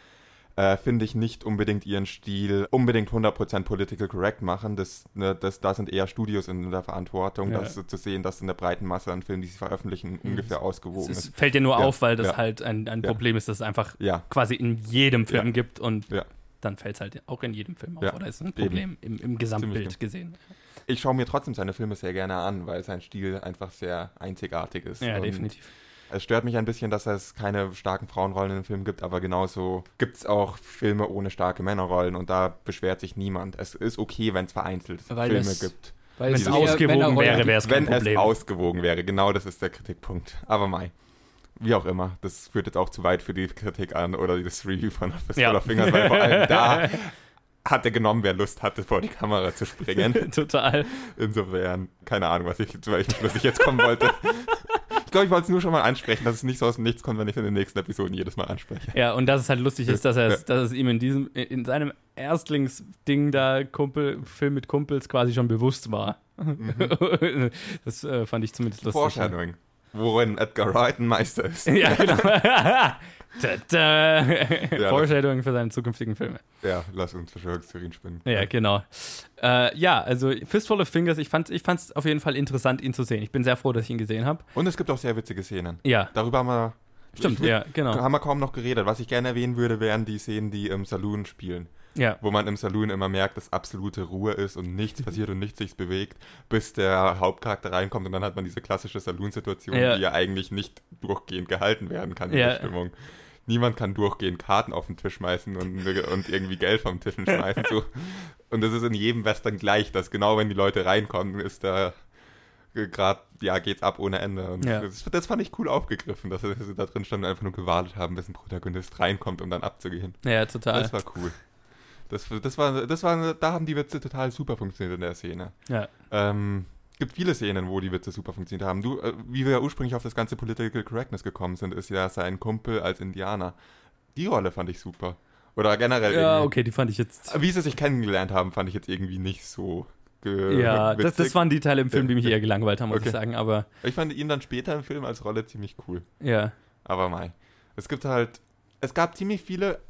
Speaker 3: äh, finde ich nicht unbedingt ihren Stil unbedingt 100% political correct machen. Das, ne, das, da sind eher Studios in der Verantwortung,
Speaker 2: Ja. Mhm.
Speaker 3: das so zu sehen, dass in der breiten Masse an Filmen, die sie veröffentlichen, ungefähr ausgewogen
Speaker 2: Es
Speaker 3: ist.
Speaker 2: fällt dir nur
Speaker 3: Oh, Ja,
Speaker 2: auf, weil das
Speaker 3: ja.
Speaker 2: halt ein, ein
Speaker 3: Ja.
Speaker 2: Problem ist, das es einfach
Speaker 3: Ja,
Speaker 2: quasi in jedem Film
Speaker 3: Ja.
Speaker 2: gibt und
Speaker 3: Ja.
Speaker 2: dann fällt es halt auch in jedem Film auf.
Speaker 3: Ja.
Speaker 2: Oder ist ein Problem im, im Gesamtbild
Speaker 3: genau.
Speaker 2: gesehen.
Speaker 3: ich schaue mir trotzdem seine Filme sehr gerne an, weil sein Stil einfach sehr einzigartig ist.
Speaker 2: Ja,
Speaker 3: Und
Speaker 2: definitiv.
Speaker 3: Es stört mich ein bisschen, dass es keine starken Frauenrollen in dem Film gibt, aber genauso gibt es auch Filme ohne starke Männerrollen und da beschwert sich niemand. Es ist okay, wenn es vereinzelt
Speaker 4: Weil
Speaker 3: Filme
Speaker 4: das-
Speaker 3: gibt.
Speaker 4: Weil
Speaker 2: Wenn es
Speaker 3: Diese-
Speaker 4: eher
Speaker 2: ausgewogen
Speaker 4: Männerrollen
Speaker 2: wäre,
Speaker 4: gibt.
Speaker 2: wäre es kein
Speaker 3: Wenn es
Speaker 2: Problem.
Speaker 3: ausgewogen wäre, genau das ist der Kritikpunkt. Aber mei. Wie auch immer, das führt jetzt auch zu weit für die Kritik an oder das Review von Office
Speaker 2: Ja.
Speaker 3: Full of Fingers, weil vor allem da hatte genommen, wer Lust hatte, vor die Kamera zu springen.
Speaker 2: Total.
Speaker 3: Insofern, keine Ahnung, was ich, zu welchem Schluss ich jetzt kommen wollte. Ich glaube, ich wollte es nur schon mal ansprechen, dass es nicht so aus dem Nichts kommt, wenn ich es in den nächsten Episoden jedes Mal anspreche.
Speaker 2: Ja, und dass es halt lustig ist, dass, er,
Speaker 3: Ja.
Speaker 2: dass es ihm in diesem, in seinem Erstlingsding da Kumpel, Film mit Kumpels quasi schon bewusst war. Das äh, fand ich zumindest lustig.
Speaker 3: Mhm. Foreshadowing. Worin Edgar Wright ein Meister ist.
Speaker 2: Ja, genau. Tada. Foreshadowing für seine zukünftigen Filme.
Speaker 3: Ja, lass uns Verschwörungstheorien spinnen.
Speaker 2: Ja, genau. Äh, ja, also Fistful of Fingers, ich fand es ich fand's auf jeden Fall interessant, ihn zu sehen. Ich bin sehr froh, dass ich ihn gesehen habe.
Speaker 3: Und es gibt auch sehr witzige Szenen.
Speaker 2: Ja,
Speaker 3: Darüber haben wir,
Speaker 2: stimmt,
Speaker 3: Ich-
Speaker 2: ja, genau.
Speaker 3: haben wir kaum noch geredet. Was ich gerne erwähnen würde, wären die Szenen, die im Saloon spielen.
Speaker 2: Ja.
Speaker 3: wo man im Saloon immer merkt, dass absolute Ruhe ist und nichts passiert und nichts sich bewegt, bis der Hauptcharakter reinkommt und dann hat man diese klassische Saloon-Situation,
Speaker 2: Ja.
Speaker 3: die ja eigentlich nicht durchgehend gehalten werden kann in
Speaker 2: Ja.
Speaker 3: der Stimmung. Niemand kann durchgehend Karten auf den Tisch schmeißen und, und irgendwie Geld vom Tisch schmeißen. So. Und das ist in jedem Western gleich, dass genau wenn die Leute reinkommen, ist da gerade, ja, geht's ab ohne Ende. Und
Speaker 2: Ja.
Speaker 3: das, das fand ich cool aufgegriffen, dass sie da drin standen und einfach nur gewartet haben, bis ein Protagonist reinkommt, um dann abzugehen.
Speaker 2: Ja, total.
Speaker 3: Das war cool. Das, das war, das war, da haben die Witze total super funktioniert in der Szene.
Speaker 2: Ja.
Speaker 3: Ähm, gibt viele Szenen, wo die Witze super funktioniert haben. Du, äh, wie wir ja ursprünglich auf das ganze Political Correctness gekommen sind, ist ja sein Kumpel als Indianer. Die Rolle fand ich super. Oder generell
Speaker 2: Ja,
Speaker 3: irgendwie.
Speaker 2: okay, die fand ich jetzt.
Speaker 3: Wie sie sich kennengelernt haben, fand ich jetzt irgendwie nicht so ge-
Speaker 2: Ja, das, das
Speaker 3: Äh, witzig.
Speaker 2: waren die Teile im Film, die mich
Speaker 3: Ja.
Speaker 2: eher gelangweilt haben, muss
Speaker 3: Okay.
Speaker 2: ich sagen, aber
Speaker 3: ich fand ihn dann später im Film als Rolle ziemlich cool.
Speaker 2: ja.
Speaker 3: Aber mei. Es gibt halt. Es gab ziemlich viele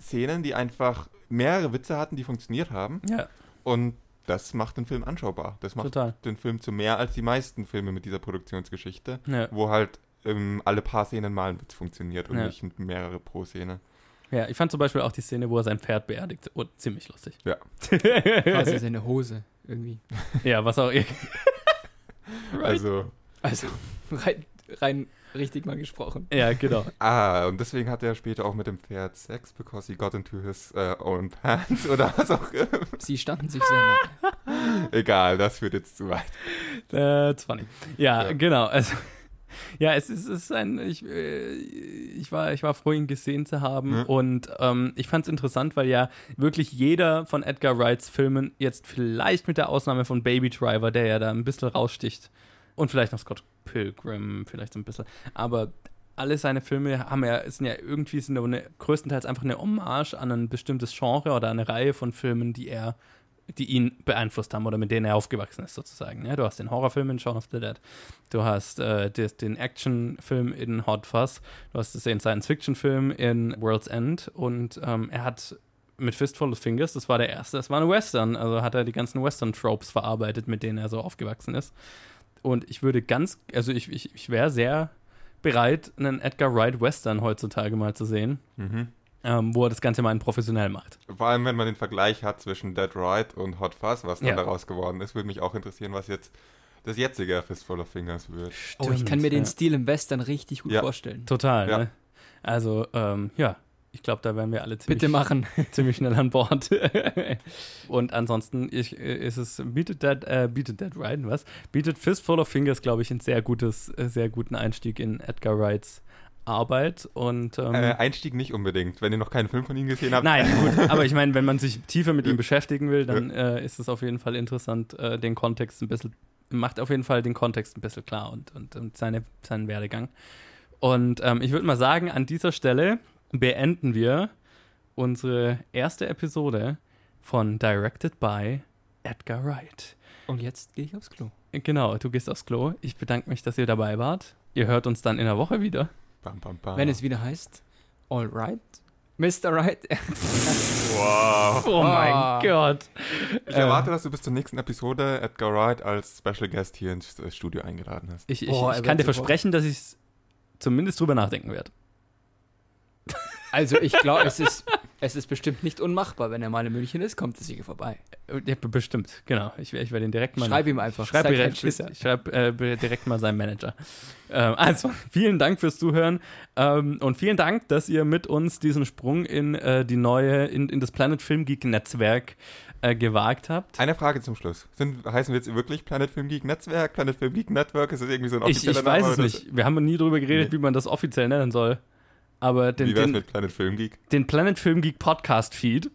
Speaker 3: Szenen, die einfach mehrere Witze hatten, die funktioniert haben.
Speaker 2: Ja,
Speaker 3: Und das macht den Film anschaubar. Das macht
Speaker 2: total.
Speaker 3: den Film zu mehr als die meisten Filme mit dieser Produktionsgeschichte,
Speaker 2: Ja.
Speaker 3: wo halt ähm, alle paar Szenen mal ein Witz funktioniert und
Speaker 2: Ja.
Speaker 3: nicht mehrere pro Szene.
Speaker 2: ja, ich fand zum Beispiel auch die Szene, wo er sein Pferd beerdigt. Oh, ziemlich lustig.
Speaker 3: Ja.
Speaker 4: Quasi seine Hose irgendwie.
Speaker 2: ja, was auch.
Speaker 3: Also,
Speaker 4: Also rein, rein richtig mal gesprochen.
Speaker 2: Ja, genau.
Speaker 3: ah, und deswegen hat er später auch mit dem Pferd Sex, because he got into his äh, own pants oder was auch immer.
Speaker 4: Sie standen sich sehr nah.
Speaker 3: Egal, das führt jetzt zu weit.
Speaker 2: That's Äh, funny. Ja,
Speaker 3: Ja.
Speaker 2: genau. Also, ja, es ist, es ist ein. Ich, äh, ich, war, ich war froh, ihn gesehen zu haben.
Speaker 3: Mhm.
Speaker 2: Und ähm, ich fand es interessant, weil ja wirklich jeder von Edgar Wrights Filmen, jetzt vielleicht mit der Ausnahme von Baby Driver, der ja da ein bisschen raussticht, und vielleicht noch Scott Pilgrim, vielleicht so ein bisschen, aber. Alle seine Filme haben ja, sind ja irgendwie sind ja eine, größtenteils einfach eine Hommage an ein bestimmtes Genre oder eine Reihe von Filmen, die er die ihn beeinflusst haben oder mit denen er aufgewachsen ist, sozusagen. Ja, du hast den Horrorfilm in Shaun of the Dead, du hast äh, des, den Actionfilm in Hot Fuzz, du hast den Science-Fiction-Film in World's End und ähm, er hat mit Fistful of Fingers, das war der erste, das war ein Western, also hat er die ganzen Western-Tropes verarbeitet, mit denen er so aufgewachsen ist. Und ich würde ganz, also ich, ich, ich wäre sehr bereit, einen Edgar Wright Western heutzutage mal zu sehen,
Speaker 3: Mhm.
Speaker 2: ähm, wo er das Ganze mal professionell macht.
Speaker 3: Vor allem, wenn man den Vergleich hat zwischen Dead Right und Hot Fuzz, was dann
Speaker 2: Ja.
Speaker 3: daraus geworden ist, würde mich auch interessieren, was jetzt das jetzige Fistful of Fingers wird.
Speaker 4: Oh, ich kann mir den
Speaker 2: Ja.
Speaker 4: Stil im Western richtig gut
Speaker 3: Ja.
Speaker 4: vorstellen.
Speaker 2: Total,
Speaker 3: Ja.
Speaker 2: ne? Also, ähm, ja, ich glaube, da wären wir alle ziemlich,
Speaker 4: Bitte machen.
Speaker 2: ziemlich schnell an Bord. Und ansonsten ich, äh, ist es, bietet Dead, äh, bietet Dead Ryan, was? Bietet Fistful of Fingers, glaube ich, einen sehr, gutes, äh, sehr guten Einstieg in Edgar Wrights Arbeit. Und, ähm,
Speaker 3: Äh, Einstieg nicht unbedingt. Wenn ihr noch keinen Film von ihm gesehen habt,
Speaker 2: Nein, gut, aber ich meine, wenn man sich tiefer mit ihm beschäftigen will, dann äh, ist es auf jeden Fall interessant, äh, den Kontext ein bisschen, macht auf jeden Fall den Kontext ein bisschen klar und, und, und seine, seinen Werdegang. Und ähm, ich würde mal sagen, an dieser Stelle beenden wir unsere erste Episode von Directed by Edgar Wright.
Speaker 4: Und jetzt gehe ich aufs Klo.
Speaker 2: Genau, du gehst aufs Klo. Ich bedanke mich, dass ihr dabei wart. Ihr hört uns dann in der Woche wieder.
Speaker 3: Bam, bam,
Speaker 2: Ah.
Speaker 3: bam.
Speaker 4: Wenn es wieder heißt, all right, Mr. Right.
Speaker 3: wow.
Speaker 2: Oh
Speaker 4: Ah.
Speaker 2: Gott.
Speaker 3: Ich
Speaker 2: Äh.
Speaker 3: erwarte, dass du bis zur nächsten Episode Edgar Wright als Special Guest hier ins äh, Studio eingeladen hast.
Speaker 2: Ich, ich,
Speaker 4: Boah, er
Speaker 2: ich
Speaker 4: wird
Speaker 2: kann dir
Speaker 4: so
Speaker 2: versprechen, dass ich zumindest drüber nachdenken werde.
Speaker 4: Also ich glaube, es ist, es ist bestimmt nicht unmachbar. Wenn er mal in München ist, kommt er sicher vorbei.
Speaker 2: Ja, be- bestimmt, genau. Ich, werd- ich werde ihn direkt mal.
Speaker 4: Schreib ihm einfach.
Speaker 2: ich schreib
Speaker 4: sei kein
Speaker 2: direkt,
Speaker 4: Schisser.
Speaker 2: ich schreib, äh, be- direkt mal seinem Manager. Ähm, also, vielen Dank fürs Zuhören ähm, und vielen Dank, dass ihr mit uns diesen Sprung in äh, die neue, in, in das Planet Film Geek Netzwerk äh, gewagt habt.
Speaker 3: Eine Frage zum Schluss. Sind, heißen wir jetzt wirklich Planet Film Geek Netzwerk, Planet Film Geek Network? Ist das irgendwie so ein
Speaker 2: Ich,
Speaker 3: offizieller
Speaker 2: ich weiß
Speaker 3: Name
Speaker 2: es
Speaker 3: oder
Speaker 2: nicht. Wir haben nie darüber geredet, wie
Speaker 3: Nee.
Speaker 2: man das offiziell nennen soll. Aber
Speaker 3: So?
Speaker 2: den,
Speaker 3: Wie wär's
Speaker 2: den,
Speaker 3: mit Planet Film Geek?
Speaker 2: den Planet Film Geek Podcast Feed,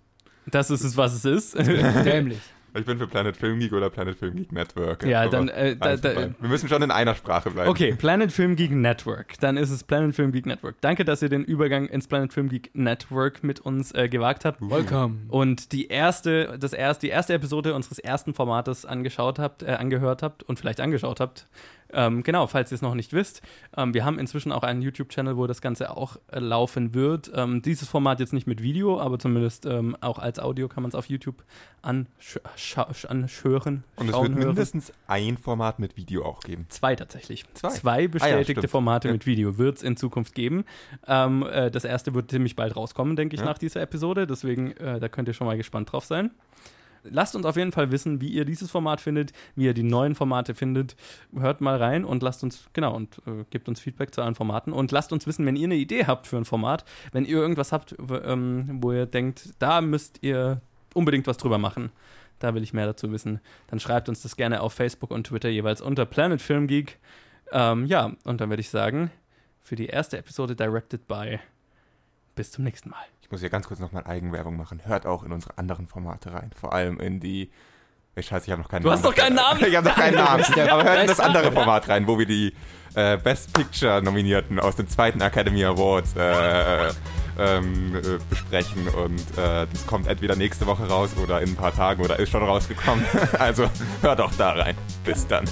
Speaker 2: das ist es, was es ist.
Speaker 4: Dämlich.
Speaker 3: Ich bin für Planet Film Geek oder Planet Film Geek Network.
Speaker 2: Ja,
Speaker 3: Aber
Speaker 2: dann, äh, da-
Speaker 3: eins von
Speaker 2: da-
Speaker 3: beiden. wir müssen schon in einer Sprache bleiben.
Speaker 2: Okay, Planet Film Geek Network. Dann ist es Planet Film Geek Network. Danke, dass ihr den Übergang ins Planet Film Geek Network mit uns äh, gewagt habt.
Speaker 4: Welcome.
Speaker 2: Und die erste, das erst, die erste Episode unseres ersten Formates angeschaut habt, äh, angehört habt und vielleicht angeschaut habt. Ähm, genau, falls ihr es noch nicht wisst. Ähm, wir haben inzwischen auch einen YouTube-Channel, wo das Ganze auch äh, laufen wird. Ähm, dieses Format jetzt nicht mit Video, aber zumindest ähm, auch als Audio kann man es auf YouTube ansch scha- anschören.
Speaker 3: Und es
Speaker 2: schauen,
Speaker 3: wird
Speaker 2: hören.
Speaker 3: mindestens ein Format mit Video auch geben.
Speaker 2: Zwei tatsächlich.
Speaker 3: Zwei.
Speaker 2: Zwei, bestätigte
Speaker 3: stimmt.
Speaker 2: Formate
Speaker 3: Ja.
Speaker 2: mit Video wird es in Zukunft geben. Ähm, äh, das erste wird ziemlich bald rauskommen, denke ich,
Speaker 3: Ja.
Speaker 2: nach dieser Episode. Deswegen, äh, da könnt ihr schon mal gespannt drauf sein. Lasst uns auf jeden Fall wissen, wie ihr dieses Format findet, wie ihr die neuen Formate findet. Hört mal rein und lasst uns, genau, und äh, gebt uns Feedback zu allen Formaten. Und lasst uns wissen, wenn ihr eine Idee habt für ein Format, wenn ihr irgendwas habt, w- ähm, wo ihr denkt, da müsst ihr unbedingt was drüber machen. Da will ich mehr dazu wissen. Dann schreibt uns das gerne auf Facebook und Twitter jeweils unter Planet Film Geek. Ähm, ja, und dann würde ich sagen, für die erste Episode Directed by. Bis zum nächsten Mal.
Speaker 3: Ich muss hier ganz kurz nochmal Eigenwerbung machen. Hört auch in unsere anderen Formate rein. Vor allem in die. Ey, Scheiße, ich habe noch keinen
Speaker 2: Du hast doch keinen Namen.
Speaker 3: Ich habe noch keinen Namen.
Speaker 4: der
Speaker 3: Aber hört in das
Speaker 4: Beste.
Speaker 3: andere Format rein, wo wir die äh, Best Picture Nominierten aus den zweiten Academy Awards äh, ähm, äh, besprechen. Und äh, das kommt entweder nächste Woche raus oder in ein paar Tagen oder ist schon rausgekommen. Also hört auch da rein. Bis dann.